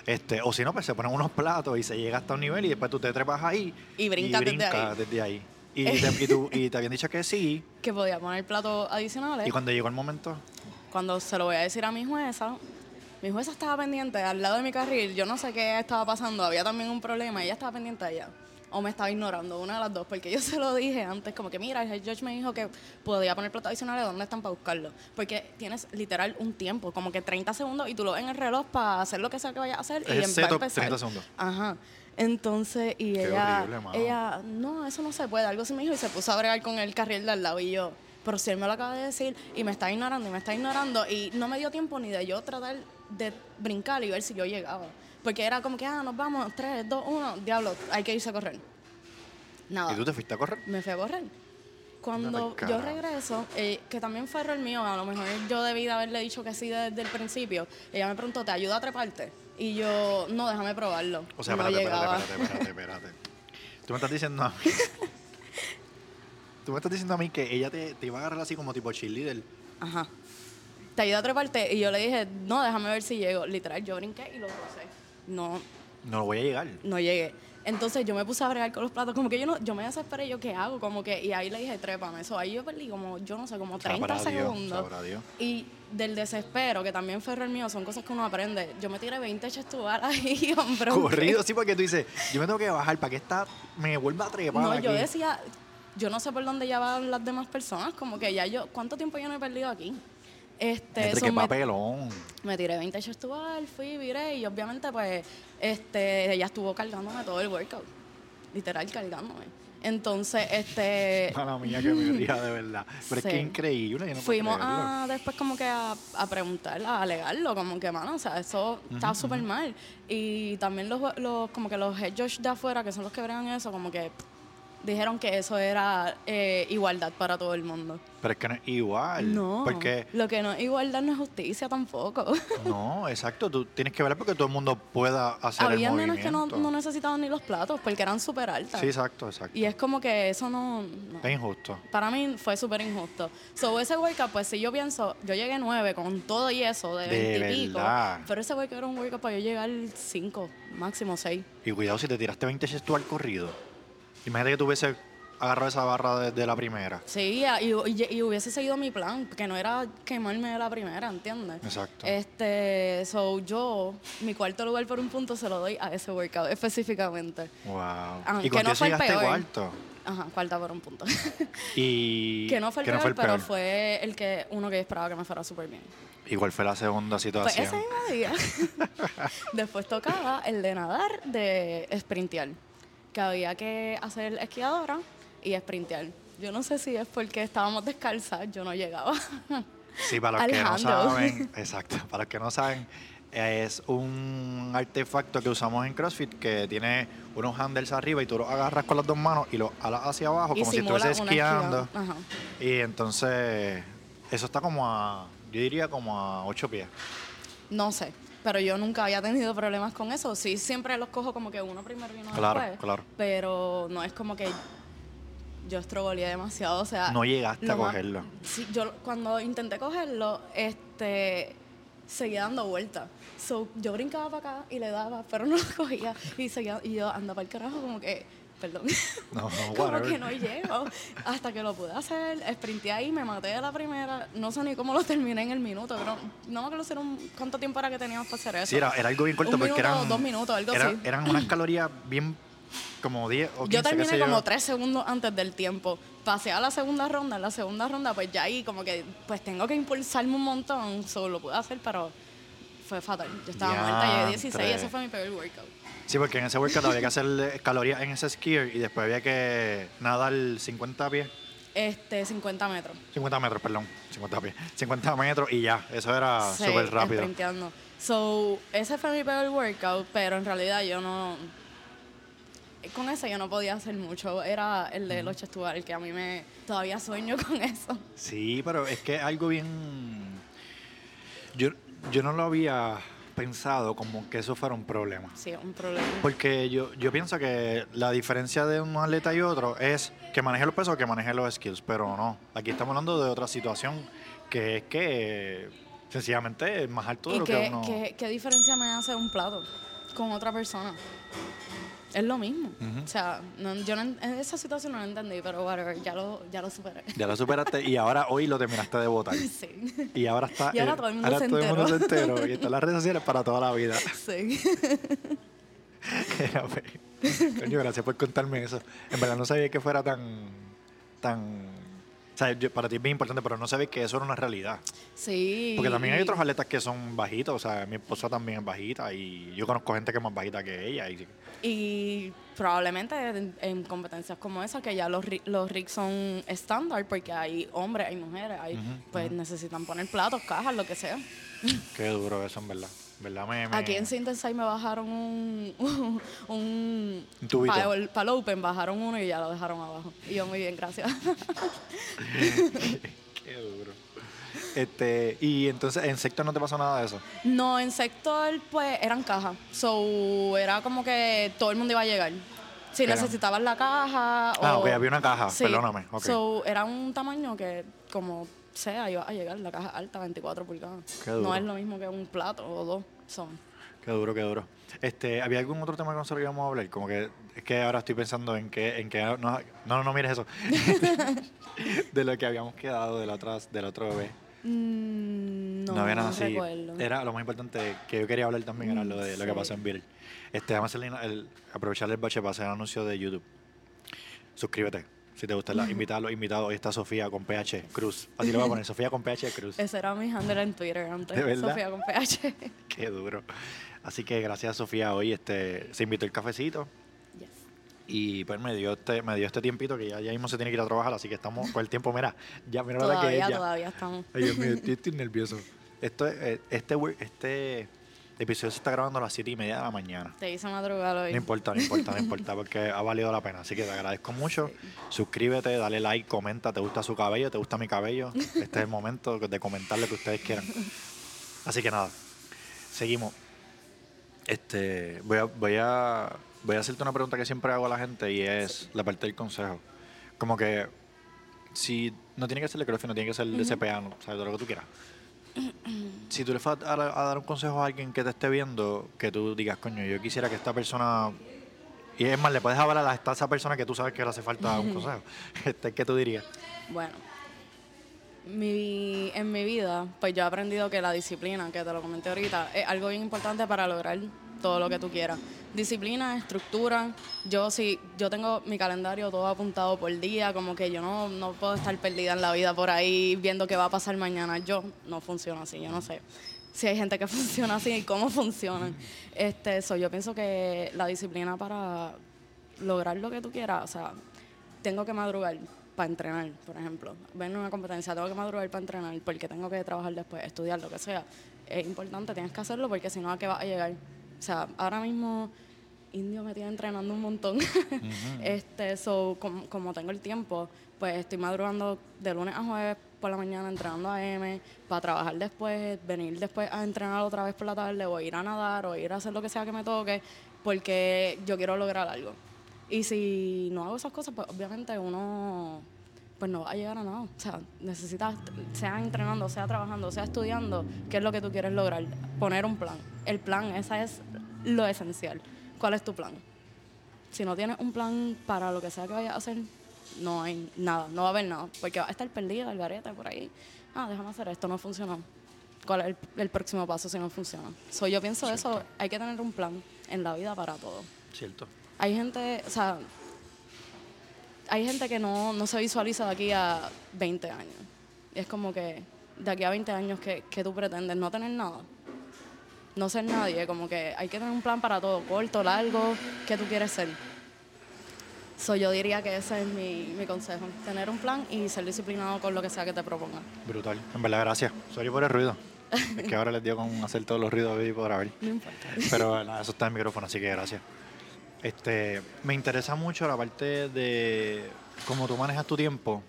este, o si no, pues se ponen unos platos y se llega hasta un nivel y después tú te trepas ahí. Y brincas desde brincas ahí. desde ahí. Y, te, y tú- y te habían dicho que sí. Que podía poner platos adicionales. Y cuando llegó el momento, Cuando se lo voy a decir a mi jueza, mi jueza estaba pendiente al lado de mi carril. Yo no sé qué estaba pasando, había también un problema. Ella estaba pendiente allá. O me estaba ignorando, una de las dos, porque yo se lo dije antes, como que mira, el head judge me dijo que podía poner platos adicionales, ¿dónde están para buscarlo? Porque tienes literal un tiempo, como que 30 segundos, y tú lo ves en el reloj para hacer lo que sea que vayas a hacer y es em- va a seto empezar. 30 segundos. Ajá. Entonces, y Qué ella, horrible, mano. ella, no, eso no se puede, algo se me dijo y se puso a bregar con el carril de al lado y yo, pero si él me lo acaba de decir y me está ignorando y me está ignorando y no me dio tiempo ni de yo tratar de brincar y ver si yo llegaba. Porque era como que, ah, nos vamos, 3, 2, 1, diablo, hay que irse a correr. Nada Y tú te fuiste a correr. me fui a correr. Cuando Dale, yo carajo. regreso, eh, que también fue error mío, a lo mejor yo debí de haberle dicho que sí desde el principio, ella me preguntó, ¿te ayuda a treparte? Y yo, no, déjame probarlo. O sea, no espérate, llegaba. espérate, espérate, espérate, espérate. Tú me estás diciendo a mí. Tú me estás diciendo a mí que ella te, te iba a agarrar así como tipo cheerleader. Ajá. ¿Te ayuda a treparte? Y yo le dije, no, déjame ver si llego. Literal, yo brinqué y lo crucé. No, No lo voy a llegar. no llegué. Entonces yo me puse a bregar con los platos, como que yo no, yo me desesperé, yo qué hago, como que, y ahí le dije, trépame. Eso, ahí yo perdí como, yo no sé, como 30 Sabrá Dios, segundos. sabrá Dios. Y del desespero, que también fue error mío, son cosas que uno aprende. Yo me tiré 20 chestubalas ahí, hombre. Corrido, sí, porque tú dices, yo me tengo que bajar para que esta me vuelva a trepar. No, yo aquí. decía, yo no sé por dónde ya van las demás personas, como que ya yo, ¿cuánto tiempo yo no he perdido aquí? Este, Entre so que me- papelón. me tiré 20 shots to bar, fui, viré y obviamente pues este, ella estuvo cargándome todo el workout, literal cargándome. Entonces, este, Mala mía que me ría de verdad. Pero es que Sí. increíble. Yo no puedo fuimos creerlo. a, después como que a, a preguntar, a alegarlo, como que, mano, o sea, eso está súper mal. Y también los, los, como que los head judge de afuera, que son los que bregan eso, como que pff, dijeron que eso era eh, igualdad para todo el mundo. Pero es que no es igual. No, Porque, lo que no es igualdad no es justicia tampoco. no, exacto. Tú tienes que ver porque todo el mundo pueda hacer Había el nenas que movimiento. no, no necesitaban ni los platos porque eran súper altas. Sí, exacto, exacto. Y es como que eso no. no. Es injusto. Para mí fue súper injusto. So, ese workout, pues si yo pienso, yo llegué 9 con todo y eso, de De 20 y pico. verdad. Pero ese workout era un workout para yo llegar 5, máximo 6. Y cuidado si te tiraste 20 sets tú al corrido. Imagínate que tú hubieses agarrado esa barra desde la primera. Sí, y, y- y hubiese seguido mi plan, que no era quemarme de la primera, ¿entiendes? Exacto. Este, so yo, mi cuarto lugar por un punto se lo doy a ese workout específicamente. Wow. Aunque y con Ah, no eso fue el llegaste peor. cuarto. Ajá, cuarta por un punto. Y que no fue el peor, pero peor. fue el que uno que esperaba que me fuera súper bien. Igual fue la segunda Pues situación. ese mismo día. Después tocaba el de nadar, de sprintear. Que había que hacer esquiadora y sprintear. Yo no sé si es porque estábamos descalzas, yo no llegaba. Sí, para los Al que no handle. saben, exacto, para los que no saben, es un artefacto que usamos en CrossFit que tiene unos handles arriba y tú los agarras con las dos manos y los alas hacia abajo y como si simula estuvieses una esquiando. esquiada. Ajá. Y entonces, eso está como a, yo diría como a ocho pies. No sé, pero yo nunca había tenido problemas con eso. Sí, siempre los cojo como que uno primero y uno Claro, después. claro. Pero no es como que yo estroboleé demasiado, o sea... No llegaste lo a más- cogerlo. Sí, yo cuando intenté cogerlo, este... Seguía dando vueltas. So, yo brincaba para acá y le daba, pero no lo cogía. Y, seguía, y yo andaba para el carajo como que... perdón. No, no, como whatever. que no llego. Hasta que lo pude hacer, sprinté ahí, me maté de la primera. No sé ni cómo lo terminé en el minuto. Pero no me acuerdo si era un- cuánto tiempo era que teníamos para hacer eso. Sí, era, era algo bien corto Un porque minuto, eran. dos minutos, algo era- así. Eran unas calorías bien como 10 o 15. Yo qué sé terminé yo. como tres segundos antes del tiempo. Pasé a la segunda ronda. En la segunda ronda, pues ya ahí como que pues tengo que impulsarme un montón. Solo lo pude hacer, pero fue fatal. Yo estaba muerta, llegué 16. Diantre. Ese fue mi peor workout. Sí, porque en ese workout había que hacer calorías en ese skier y después había que nadar 50 pies. Este, 50 metros. 50 metros, perdón. 50 pies. 50 metros y ya. Eso era Sí, Ah, súper rápido. sprinteando. So, ese fue mi peor workout, pero en realidad yo no. Con ese yo no podía hacer mucho. Era el de los chestuar, el que a mí me. Todavía sueño con eso. Sí, pero es que es algo bien. Yo, yo no lo había pensado como que eso fuera un problema. Sí, un problema. Porque yo, yo pienso que la diferencia de un atleta y otro es que maneje los pesos o que maneje los skills, pero no. Aquí estamos hablando de otra situación que es que sencillamente es más alto de ¿Y lo que qué, uno. qué- qué diferencia me hace un plato con otra persona? Es lo mismo. O sea, no- yo no en en esa situación no la entendí, pero whatever, ya lo, ya lo superé. Ya lo superaste y ahora hoy lo terminaste de votar. Sí. Y ahora está. Y ahora eh, todo el mundo se todo enteró. mundo se enteró. Y están las redes sociales para toda la vida. Sí. Era, pues, Coño, gracias por contarme eso. En verdad no sabía que fuera tan. tan. O sea, yo- para ti es bien importante, pero no sabía que eso era una realidad. Sí. Porque también hay y- otros atletas que son bajitos. O sea, mi esposa también es bajita y yo conozco gente que es más bajita que ella. Y, Y probablemente en, en competencias como esa, que ya los, ri- los rigs son estándar, porque hay hombres, hay mujeres, hay, pues necesitan poner platos, cajas, lo que sea. qué duro eso, en verdad. En ¿Verdad? Me, me- Aquí en Synthesize me bajaron un. un, Un tubito. Para el, pa' el Open bajaron uno y ya lo dejaron abajo. Y yo, muy bien, gracias. Qué duro. Este, y entonces, en sector no te pasó nada de eso. no, en sector, pues eran cajas. So, era como que todo el mundo iba a llegar. Si Era- necesitabas la caja. Ah, o... ok, había una caja, Sí. perdóname. ok. So, era un tamaño que, como sea, iba a llegar la caja alta, 24 pulgadas. Qué duro. No es lo mismo que un plato o dos. Son. Qué duro, qué duro. Este, ¿Había algún otro tema que nosotros íbamos a hablar? Como que es que ahora estoy pensando en que... En que no, no, no, no mires eso. de lo que habíamos quedado del otro, del otro vez. Mm, no, había nada no así. recuerdo. Era lo más importante que yo quería hablar también era lo de lo que sí. pasó en Beatle. Este, vamos a hacerle una- el- aprovechar el bache para hacer el anuncio de YouTube. Suscríbete. Si te gustan las invitadas, los invitados. Hoy está Sofía con PH Cruz. Así lo voy a poner, Sofía con PH Cruz. Ese era mi handle en Twitter antes. ¿De verdad? Sofía con PH. Qué duro. Así que gracias a Sofía hoy. Este, se invitó el cafecito. Yes. Y pues me dio este, me dio este tiempito que ya, ya mismo se tiene que ir a trabajar, así que estamos con el tiempo, mira, ya mira la hora que Todavía, es ya. todavía estamos. Ay, Dios mío, estoy, estoy nervioso. Esto, es- eh, este, we- este episodio se está grabando a las siete y media de la mañana. Te hice madrugar hoy. No importa, no importa, no importa, porque ha valido la pena. Así que te agradezco mucho. Suscríbete, dale like, comenta, te gusta su cabello, te gusta mi cabello. Este es el momento de comentar lo que ustedes quieran. Así que nada, seguimos. Este, voy a, voy a, voy a hacerte una pregunta que siempre hago a la gente y es la parte del consejo. Como que si no tiene que ser de CrossFit, no tiene que ser de CPA, no, sabes, de lo que tú quieras. Si tú le vas a, dar- a dar un consejo a alguien que te esté viendo, que tú digas, coño, yo quisiera que esta persona... Y es más, le puedes hablar a la- a esa persona que tú sabes que le hace falta un consejo. Este, ¿Qué tú dirías? Bueno, mi, en mi vida, pues yo he aprendido que la disciplina, que te lo comenté ahorita, es algo bien importante para lograr todo lo que tú quieras. Disciplina, estructura. Yo sí, yo tengo mi calendario todo apuntado por día, como que yo no, no puedo estar perdida en la vida por ahí viendo qué va a pasar mañana. Yo no funciona así, yo no sé si hay gente que funciona así y cómo funcionan. Este, so, yo pienso que la disciplina para lograr lo que tú quieras, o sea, tengo que madrugar para entrenar, por ejemplo. Ven a una competencia, tengo que madrugar para entrenar porque tengo que trabajar después, estudiar, lo que sea. Es importante, tienes que hacerlo porque si no, ¿a qué vas a llegar? O sea, ahora mismo Indio me tiene entrenando un montón. este, so, com- como, tengo el tiempo, pues estoy madrugando de lunes a jueves por la mañana entrenando a M para trabajar después, venir después a entrenar otra vez por la tarde o ir a nadar o ir a hacer lo que sea que me toque porque yo quiero lograr algo. Y si no hago esas cosas, pues obviamente uno pues no va a llegar a nada. O sea, necesitas, sea entrenando, sea trabajando, sea estudiando, qué es lo que tú quieres lograr. Poner un plan. El plan, esa es lo esencial. ¿Cuál es tu plan? si no tienes un plan para lo que sea que vayas a hacer, no hay nada, no va a haber nada, porque va a estar perdida el garete por ahí. Ah, déjame hacer esto, no funcionó. ¿Cuál es el, el próximo paso si no funciona? So, yo pienso eso, hay que tener un plan en la vida para todo. Cierto. Hay gente, o sea, hay gente que no, no se visualiza de aquí a 20 años. Y es como que de aquí a 20 años, ¿qué, qué tú pretendes? No tener nada. No ser nadie, como que hay que tener un plan para todo, corto, largo, ¿qué tú quieres ser? So, yo diría que ese es mi, mi consejo, tener un plan y ser disciplinado con lo que sea que te proponga. Brutal. En verdad, gracias. Sorry por el ruido. Es que ahora les dio con hacer todos los ruidos ahí por haber. No importa. Pero nada, eso está en el micrófono, así que gracias. Este, me interesa mucho la parte de cómo tú manejas tu tiempo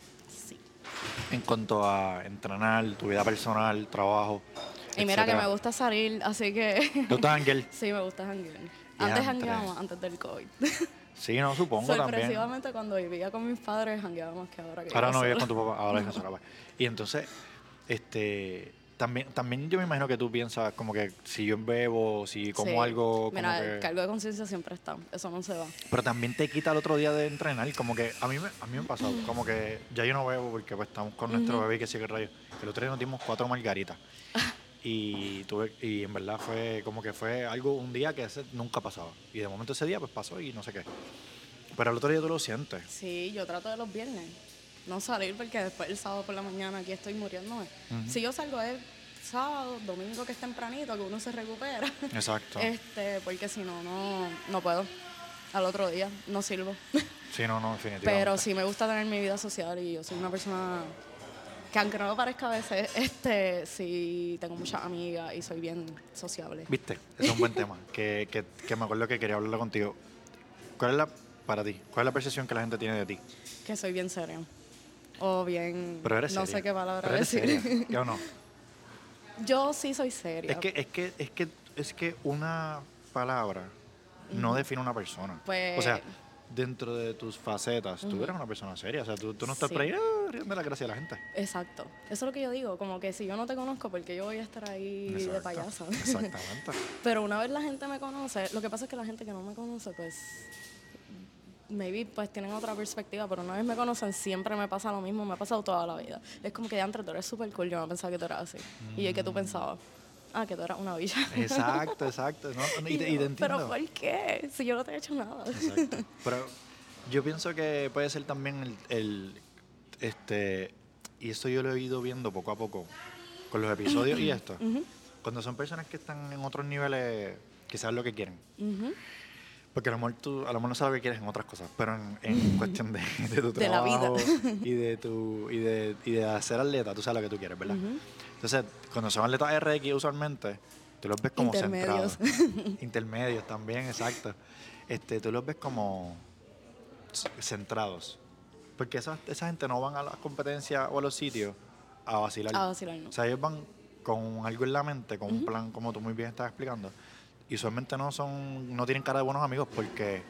Sí. en cuanto a entrenar, tu vida personal, trabajo. Y mira que etcétera. me gusta salir, así que ¿Tú estás Ángel? sí, me gusta janguear. Diantre. Antes jangueaba, antes del COVID. Sí, no, supongo también. Sorpresivamente cuando vivía con mis padres jangueaba más que ahora. Que Ahora vivo no vives sola. con tu papá, ahora vives con tu papá. Y entonces, este, también, también yo me imagino que tú piensas como que si yo bebo, si como Sí. algo, como Mira, que- el cargo de conciencia siempre está, eso no se va. pero también te quita el otro día de entrenar, como que a mí me, a mí me ha pasado, como que ya yo no bebo porque pues estamos con nuestro bebé que sigue rayo. El otro día nos dimos cuatro margaritas. Y tuve, y en verdad fue como que fue algo, un día que ese nunca pasaba. Y de momento ese día pues pasó y no sé qué. Pero el otro día tú lo sientes. Sí, yo trato de los viernes no salir porque después el sábado por la mañana aquí estoy muriéndome. Si yo salgo es sábado, domingo que es tempranito, que uno se recupera. Exacto. Este, porque si no, no, no puedo. Al otro día no sirvo. sí, no, no, definitivamente. Pero sí me gusta tener mi vida social y yo soy una persona que aunque no lo parezca a veces, este, sí tengo muchas amigas y soy bien sociable. Viste, ese es un buen tema, que, que, que me acuerdo que quería hablarlo contigo. ¿Cuál es la, para ti, cuál es la percepción que la gente tiene de ti? Que soy bien seria. O bien... Pero eres no seria. sé qué palabra Pero eres decir. seria, ¿o no? yo sí soy seria. Es que, es que, es que, es que una palabra no define una persona. Pues- O sea, dentro de tus facetas, tú eres una persona seria. O sea, tú, tú no estás Sí. por ahí ah, riendo la gracia de la gente. Exacto. Eso es lo que yo digo. Como que si yo no te conozco, porque yo voy a estar ahí de Exacto. payasa? Exactamente. Pero una vez la gente me conoce, lo que pasa es que la gente que no me conoce, pues, maybe pues tienen otra perspectiva, pero una vez me conocen siempre me pasa lo mismo, me ha pasado toda la vida. Es como que antes tú eres súper cool, yo no pensaba que tú eras así. Y Mm. es que tú pensabas, ah, que tú eras una villa. Exacto, exacto. No, no, y, te- y Y te yo, Pero entiendo. ¿por qué? Si yo no te he hecho nada. Exacto. Pero yo pienso que puede ser también el, el- este y esto yo lo he ido viendo poco a poco con los episodios y esto. Cuando son personas que están en otros niveles, que saben lo que quieren. Ujú. Porque a lo mejor tú a lo mejor no sabes lo que quieres en otras cosas, pero en, en cuestión de, de tu De la vida. trabajo y de tu y de, y de ser atleta, tú sabes lo que tú quieres, ¿verdad? Entonces, cuando son atletas RX usualmente, tú los ves como Intermedios. centrados. Intermedios también, exacto. Este, tú los ves como c- centrados. Porque esa, esa gente no van a las competencias o a los sitios a vacilar. A vacilar, no. O sea, ellos van con algo en la mente, con un plan, como tú muy bien estás explicando. Y usualmente no son, no tienen cara de buenos amigos porque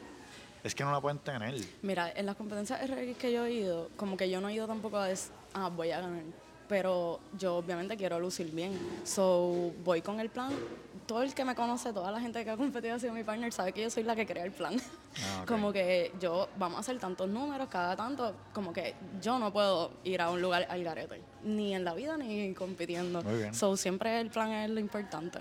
es que no la pueden tener. Mira, en las competencias RX que yo he ido, como que yo no he ido tampoco a decir, ah, voy a ganar. Pero yo obviamente quiero lucir bien. So, voy con el plan. Todo el que me conoce, toda la gente que ha competido ha sido mi partner, sabe que yo soy la que crea el plan. Ah, ok. Como que yo, vamos a hacer tantos números, cada tanto, como que yo no puedo ir a un lugar al garete, ni en la vida ni compitiendo. Muy bien. So, siempre el plan es lo importante.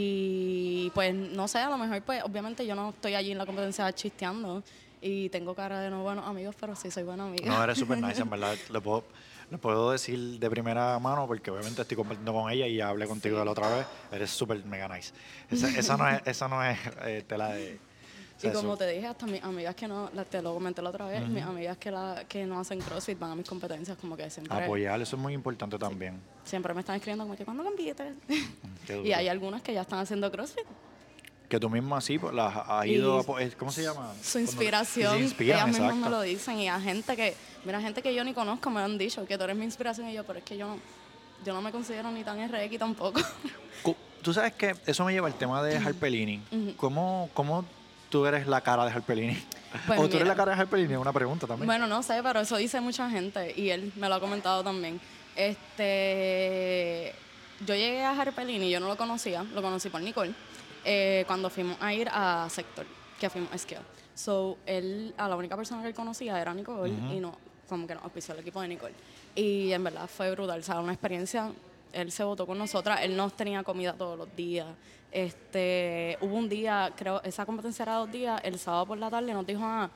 Y pues no sé, a lo mejor pues obviamente yo no estoy allí en la competencia chisteando y tengo cara de no buenos amigos, pero sí soy buena amiga. No, eres súper nice, en verdad. Lo puedo, lo puedo decir de primera mano porque obviamente estoy compartiendo con ella y ya hablé contigo la otra vez. Eres súper mega nice. Esa, esa no es, esa no es eh, tela de... o sea, y como eso- te dije, hasta mis amigas que no, la- te lo comenté la otra vez, mis amigas que, la, que no hacen CrossFit van a mis competencias como que siempre, Apoyar, eso es muy importante también. siempre me están escribiendo como que cuando compites. Qué y duro. hay algunas que ya están haciendo CrossFit. Que tú misma sí pues, las has ido... Y a po- eh, ¿Cómo se llama? Su Cuando- inspiración, Se ellas inspiran, mismas me exacto. lo dicen y a gente que, mira, gente que yo ni conozco me han dicho que tú eres mi inspiración y yo, pero es que yo no, yo no me considero ni tan RX tampoco. Cu- Tú sabes que eso me lleva al tema de Harpelini. ¿Cómo, ¿Cómo tú eres la cara de Harpelini? Pues o tú eres mira. la cara de Harpelini, es una pregunta también. Bueno, no sé, pero eso dice mucha gente y él me lo ha comentado también. Este, yo llegué a Harpelini, yo no lo conocía, lo conocí por Nicole, eh, cuando fuimos a ir a Sector, que fuimos a esquiar. So, él, a la única persona que él conocía era Nicole y no, como que nos auspició el equipo de Nicole. Y en verdad fue brutal, o sea, una experiencia. Él se votó con nosotras, él nos tenía comida todos los días. Este, hubo un día, creo, esa competencia era dos días, el sábado por la tarde nos dijo, ah,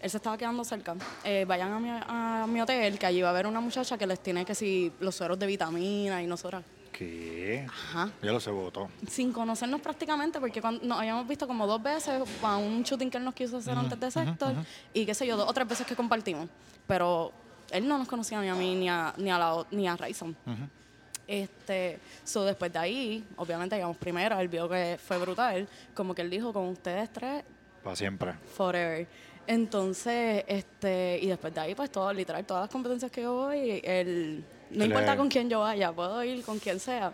él se estaba quedando cerca, eh, vayan a mi, a mi hotel, que allí va a haber una muchacha que les tiene que si los sueros de vitamina y nosotras. ¿Qué? Ajá Ya lo se votó. sin conocernos prácticamente, porque cuando, nos habíamos visto como dos veces a un shooting que él nos quiso hacer antes de Sector, y qué sé yo, dos o tres veces que compartimos. Pero él no nos conocía ni a mí, ni a, ni a, la, o- ni a Raison. Este, so después de ahí, obviamente llegamos primero, él vio que fue brutal, como que él dijo, con ustedes tres, Para siempre. forever. Entonces, este, y después de ahí, pues todo, literal, todas las competencias que yo voy, él, no Le- importa con quién yo vaya, puedo ir con quien sea,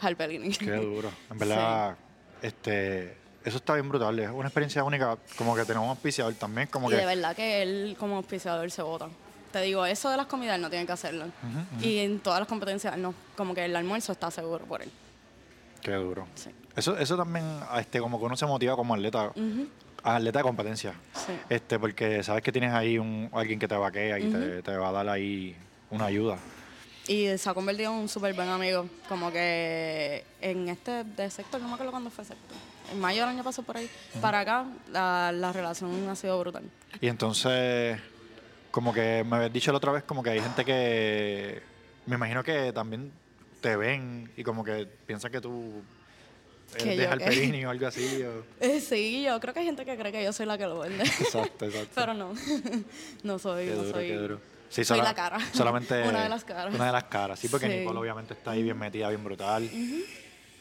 al Pelini. Qué duro. En verdad, este, eso está bien brutal. Es una experiencia única. Como que tenemos un auspiciador también. Como Y de que. verdad que él como auspiciador se vota. Te digo, eso de las comidas él no tiene que hacerlo. Y en todas las competencias, él no, como que el almuerzo está seguro por él. Qué duro. Sí. Eso, eso también, este, como que uno se motiva como atleta. Atleta de competencia. Sí. Este, porque sabes que tienes ahí un, alguien que te vaquea y te, te va a dar ahí una ayuda. Y se ha convertido en un súper buen amigo. Como que en este de sector, no me acuerdo cuándo fue sector. En mayo del año pasó por ahí. Para acá, la, la relación ha sido brutal. Y entonces, como que me habías dicho la otra vez, como que hay gente que me imagino que también te ven y como que piensan que tú eres Que de yo qué. Jalperini o algo así. o- Eh, sí, yo creo que hay gente que cree que yo soy la que lo vende. Exacto, exacto. Pero no. no soy. qué no duro, soy- qué duro. Sí, soy sola- la cara. Solamente Una de las caras. Una de las caras, sí, porque Sí. Nicole obviamente está ahí bien metida, bien brutal.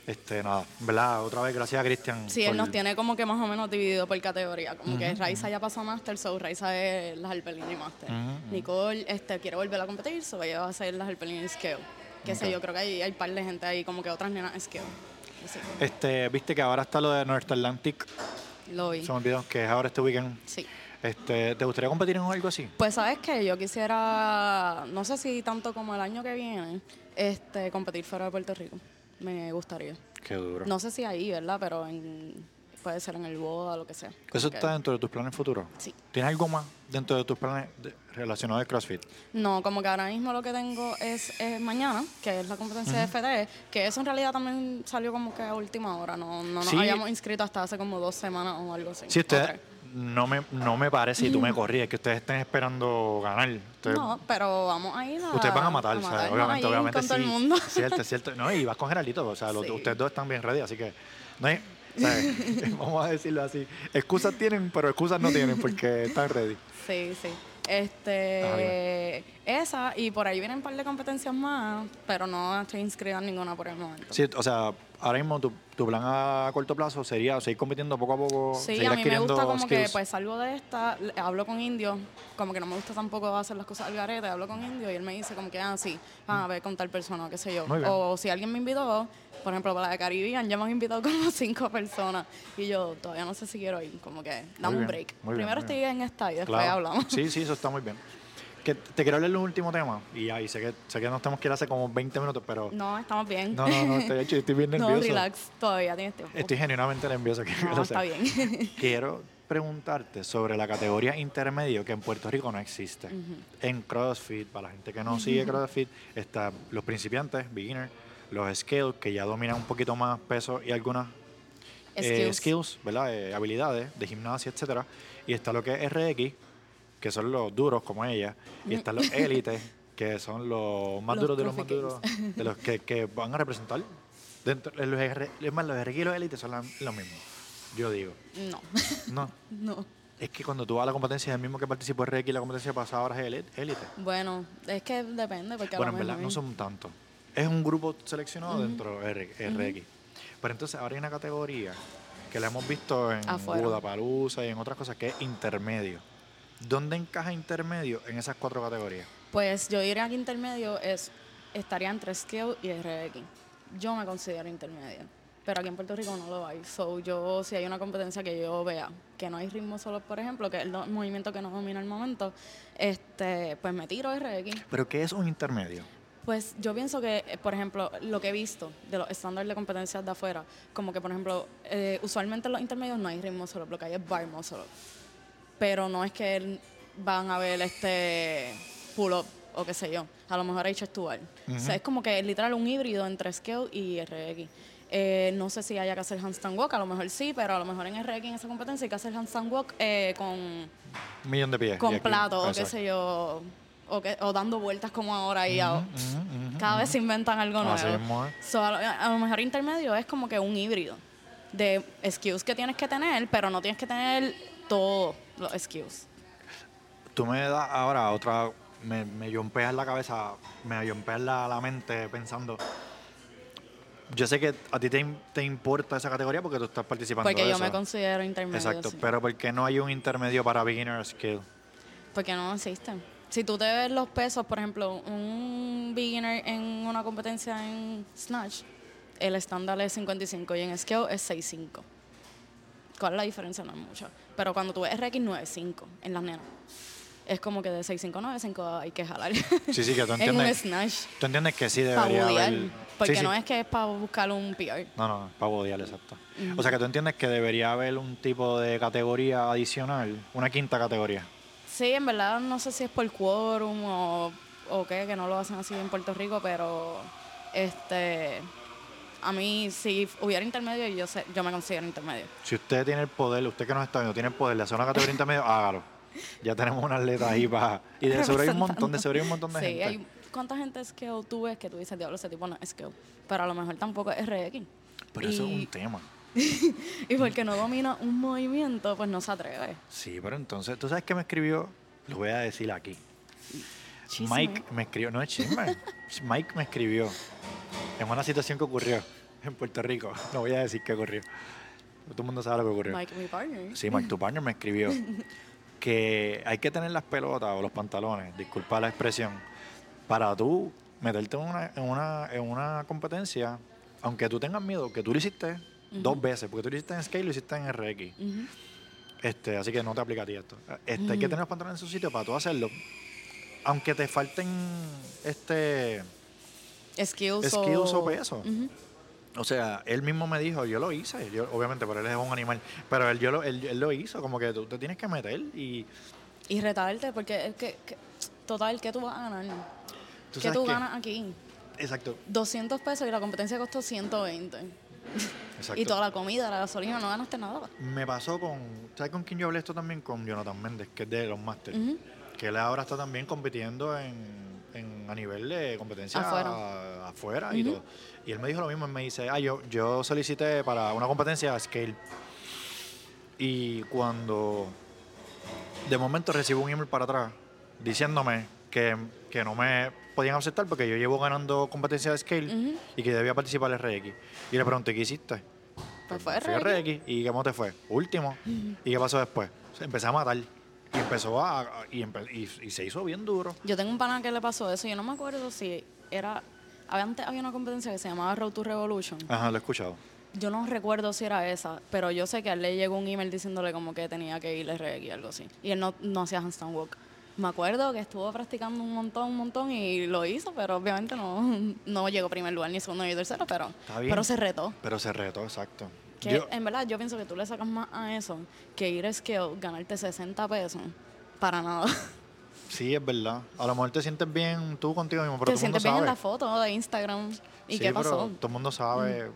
Este, nada, ¿verdad? Otra vez, gracias a Cristian. Sí, él por- nos tiene como que más o menos dividido por categoría. Como que Raiza ya pasó a Master, so Raiza es las Alpelini Master. Nicole este, quiere volver a competir, so ella va a hacer las Alpelini Scale. Que sé yo, creo que hay, hay par de gente ahí, como que otras nenas Scale. Sí, Este, viste que ahora está lo de North Atlantic, lo vi. se me olvidó, que es ahora este weekend. Sí. Este, ¿Te gustaría competir en algo así? Pues sabes que yo quisiera, no sé si tanto como el año que viene, este, competir fuera de Puerto Rico. Me gustaría. Qué duro. No sé si ahí, ¿verdad? Pero en- puede ser en el boda, lo que sea. ¿Eso Que- está dentro de tus planes futuros? Sí. ¿Tienes algo más dentro de tus planes de- relacionados al CrossFit? No, como que ahora mismo lo que tengo es, eh, mañana, que es la competencia de FTE, que eso en realidad también salió como que a última hora, no, no nos Sí. habíamos inscrito hasta hace como dos semanas o algo así. Sí, o ustedes, tres. no me, no me parece, y tú me corrías, que ustedes estén esperando ganar. Ustedes, Mm. No, pero vamos a ir a... ustedes van a matar, o sea, matarnos obviamente, ahí obviamente Con sí. todo el mundo. Cierto, cierto. No, y vas con Geraldito, o sea, los- Sí. ustedes dos están bien ready, así que no hay- ¿sabes? vamos a decirlo así. Excusas tienen, pero excusas no tienen porque están ready. Sí, sí. Este, esa, y por ahí vienen un par de competencias más, pero no estoy inscrita en ninguna por el momento. Sí, o sea, ahora mismo tu, tu plan a corto plazo sería seguir compitiendo poco a poco, Sí, seguir a mí me adquiriendo gusta como que skills. pues salgo de esta, le- hablo con indios, como que no me gusta tampoco hacer las cosas al garete, hablo con indios y él me dice como que, ah, sí, van a ver con tal persona, qué sé yo. Mm. Muy bien. O si alguien me invitó, por ejemplo, para la de Caribbean, ya me han invitado como cinco personas y yo todavía no sé si quiero ir, como que dame bien, un break. muy bien, muy Primero estoy en esta y después Claro. hablamos. Sí, sí, eso está muy bien. Que te quiero hablar de un último tema. Y ahí sé que, sé que nos tenemos que ir hace como 20 minutos, pero. No, estamos bien. No, no, no, estoy, hecho, estoy bien No, nervioso. relax, todavía tienes tiempo. Estoy genuinamente nervioso. Eh, que No, lo está sepa. bien. Quiero preguntarte sobre la categoría intermedio que en Puerto Rico no existe. En CrossFit, para la gente que no sigue CrossFit, están los principiantes, beginners, los skills, que ya dominan un poquito más peso y algunas eh, Skills. skills, ¿verdad? Eh, habilidades de gimnasia, etcétera. Y está lo que es RX, que son los duros como ella, y están los élites, que son los más Los duros de los más Coffee duros, de los que, que van a representar. Dentro, eh, los R, es más, los RX y los élites son la- lo mismo, yo digo. No, No, no. es que cuando tú vas a la competencia, es el mismo que participó en RX y la competencia pasada ahora es éli- élite. Bueno, es que depende porque a Bueno, lo en verdad no mejor- son tantos. Es un grupo seleccionado dentro de R- RX. Pero entonces ahora hay una categoría que la hemos visto en Afuera. Budapalusa y en otras cosas que es intermedio. ¿Dónde encaja intermedio en esas cuatro categorías? Pues yo diría que intermedio es estaría entre skill y RX. Yo me considero intermedio, pero aquí en Puerto Rico no lo hay. So yo si hay una competencia que yo vea que no hay ritmo solo, por ejemplo, que es el do- movimiento que no domina el momento, este, pues me tiro RX. ¿Pero qué es un intermedio? Pues yo pienso que, eh, por ejemplo, lo que he visto de los estándares de competencias de afuera, como que, por ejemplo, eh, usualmente en los intermedios no hay ritmo solo, lo que hay es bar muscle up. pero no es que él- van a ver este pull-up o qué sé yo. A lo mejor H Stuart. O sea, es como que es literal un híbrido entre scale y RX. Eh, no sé si haya que hacer handstand walk, a lo mejor sí, pero a lo mejor en RX en esa competencia hay que hacer handstand walk eh, con, Un millón de pies. con y aquí- plato o qué exacto. sé yo, o, que- o dando vueltas como ahora y a- Ujú, ujú. cada vez se inventan algo Así nuevo. mismo es. So, a, lo, a lo mejor intermedio es como que un híbrido de skills que tienes que tener, pero no tienes que tener todos los skills. Tú me das ahora otra. Me, me yompeas la cabeza, me yompeas la, la mente pensando. Yo sé que a ti te, im- te importa esa categoría porque tú estás participando Porque de yo esa. me considero intermedio. Exacto, sí. pero ¿por qué no hay un intermedio para beginner skill? Porque Pues no existen. Si tú te ves los pesos, por ejemplo, un beginner en una competencia en Snatch, el estándar es 55 y en Scale es 65. ¿Cuál es la diferencia? No es mucha. Pero cuando tú ves RX 95 en las nenas, es como que de 65 a 95 hay que jalar. Sí, sí, que tú en un entiendes. Snatch. tú entiendes que sí Para debería budear. haber. Porque Sí, sí. no es que es para buscar un PR. No, no, para bodear, exacto. O sea que tú entiendes que debería haber un tipo de categoría adicional, una quinta categoría. Sí, en verdad no sé si es por quórum o, o qué, que no lo hacen así en Puerto Rico, pero este a mí si hubiera intermedio yo sé, yo me considero intermedio. Si usted tiene el poder, usted que nos está viendo, tiene el poder de hacer una categoría intermedia, hágalo. Ya tenemos una atleta ahí para. Y de seguro hay un montón, de seguro hay un montón de sí, gente. hay cuánta gente es que tú ves que tú dices, diablo, ese tipo no es que pero a lo mejor tampoco es RX. Pero eso es y- un tema. Y porque no domina un movimiento, pues no se atreve. Sí, pero entonces, ¿tú sabes qué me escribió? Lo voy a decir aquí. Chisme. Mike me escribió, no es chisme. Mike me escribió en una situación que ocurrió en Puerto Rico. No voy a decir qué ocurrió. Todo el mundo sabe lo que ocurrió. Mike, mi partner. Sí, Mike, tu partner me escribió que hay que tener las pelotas o los pantalones, disculpa la expresión, para tú meterte en una, en una, en una competencia, aunque tú tengas miedo, que tú lo hiciste dos veces, porque tú lo hiciste en skate y lo hiciste en RX. Ujú. Este, así que no te aplica a ti esto. Este, Hay que Mm. tener los pantalones en su sitio para tú hacerlo. Aunque te falten este Skills, skills o peso. Ujú. O sea, él mismo me dijo, yo lo hice. Yo, obviamente, pero él es un animal. Pero él, yo lo, él, él lo hizo, como que tú te tienes que meter. Y Y retarte, porque es que, que- total, ¿qué tú vas a ganar? tú ¿Qué sabes tú que- ganas aquí? Exacto, 200 pesos y la competencia costó 120. exacto. Y toda la comida, la gasolina, no ganaste nada. Me pasó con, ¿sabes con quién yo hablé esto también? Con Jonathan Méndez, que es de los Masters. Ujú. Que él ahora está también compitiendo en, en- a nivel de competencia Afuera. afuera y Ujú. todo. Y él me dijo lo mismo, él me dice, ah, yo, yo solicité para una competencia a scale. Y cuando de momento recibo un email para atrás diciéndome que, que no me podían aceptar porque yo llevo ganando competencia de scale Ujú. y que debía participar en RX. Y le pregunté, ¿qué hiciste? Pues fue Fui a RX. RX. ¿Y cómo te fue? Último. ¿Y qué pasó después? Se empezó a matar. Y empezó a. a- Y, empe- y- y se hizo bien duro. Yo tengo un pana que le pasó eso. Yo no me acuerdo si era. Antes había una competencia que se llamaba Road to Revolution. Ajá, lo he escuchado. Yo no recuerdo si era esa, pero yo sé que a él le llegó un email diciéndole como que tenía que ir RX o algo así. Y él no, no hacía handstand walk. Me acuerdo que estuvo practicando un montón, un montón y lo hizo, pero obviamente no, no llegó primer lugar, ni segundo, ni tercero, pero, Está bien. pero se retó. Pero se retó, exacto. Que Yo- en verdad yo pienso que tú le sacas más a eso que ir a scale, ganarte 60 pesos para nada. sí, es verdad. A lo mejor te sientes bien tú contigo mismo, pero Te todo el mundo sientes bien en la sabe. foto de Instagram y Sí, qué pasó. Pero todo el mundo sabe.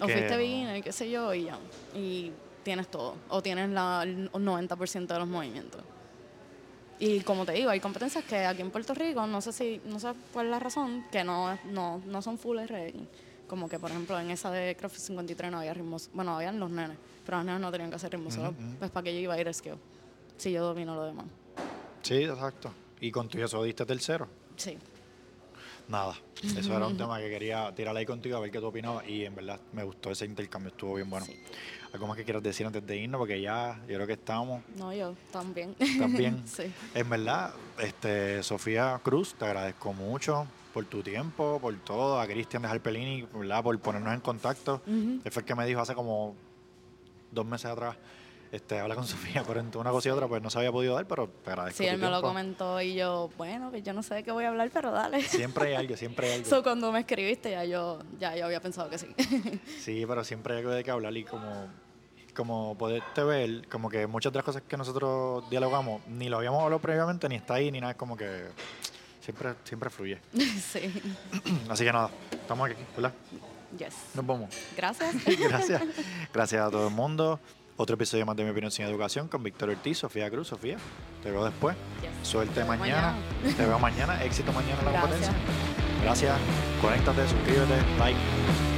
O que fuiste no. beginner, qué sé yo, y ya. Y tienes todo. O tienes la, el 90% de los movimientos. Y como te digo, hay competencias que aquí en Puerto Rico, no sé si, no sé cuál es la razón, que no, no, no son full RX. Como que, por ejemplo, en esa de CrossFit 53 no había ritmo... Bueno, habían los nenes, pero las nenas no tenían que hacer ritmo solo. ujú. Pues, ¿para qué yo iba a ir a skill? Si yo domino lo demás. Sí, exacto. Y contigo eso diste tercero. Sí. Nada. Eso era un tema que quería tirar ahí contigo a ver qué tú opinabas. Y en verdad me gustó ese intercambio, estuvo bien bueno. Sí. ¿Algo más que quieras decir antes de irnos? Porque ya yo creo que estamos. No, yo también. también. sí. En verdad, este, Sofía Cruz, te agradezco mucho por tu tiempo, por todo, a Cristian de Jalpelini, ¿verdad? por ponernos en contacto. Ujú. Él fue el que me dijo hace como dos meses atrás, este, habla con Sofía, pero entre una cosa y otra, pues no se había podido dar, pero te agradezco. Sí, tu él me lo tiempo. comentó y yo, bueno, pues yo no sé de qué voy a hablar, pero dale. Siempre hay algo, siempre hay algo. So, cuando me escribiste ya yo, ya yo había pensado que sí. Sí, pero siempre hay algo de qué hablar y como como poderte ver, como que muchas de las cosas que nosotros dialogamos, ni lo habíamos hablado previamente, ni está ahí, ni nada, es como que siempre, siempre fluye. sí. Así que nada, estamos aquí, ¿verdad? Yes. Nos vamos. Gracias. Gracias. Gracias a todo el mundo. Otro episodio más de Mi Opinión Sin Educación con Víctor Ortiz, Sofía Cruz. Sofía, te veo después. Yes. Suerte Te veo mañana. Te veo mañana. Éxito mañana en la Gracias. competencia. Gracias. Conéctate, suscríbete, like.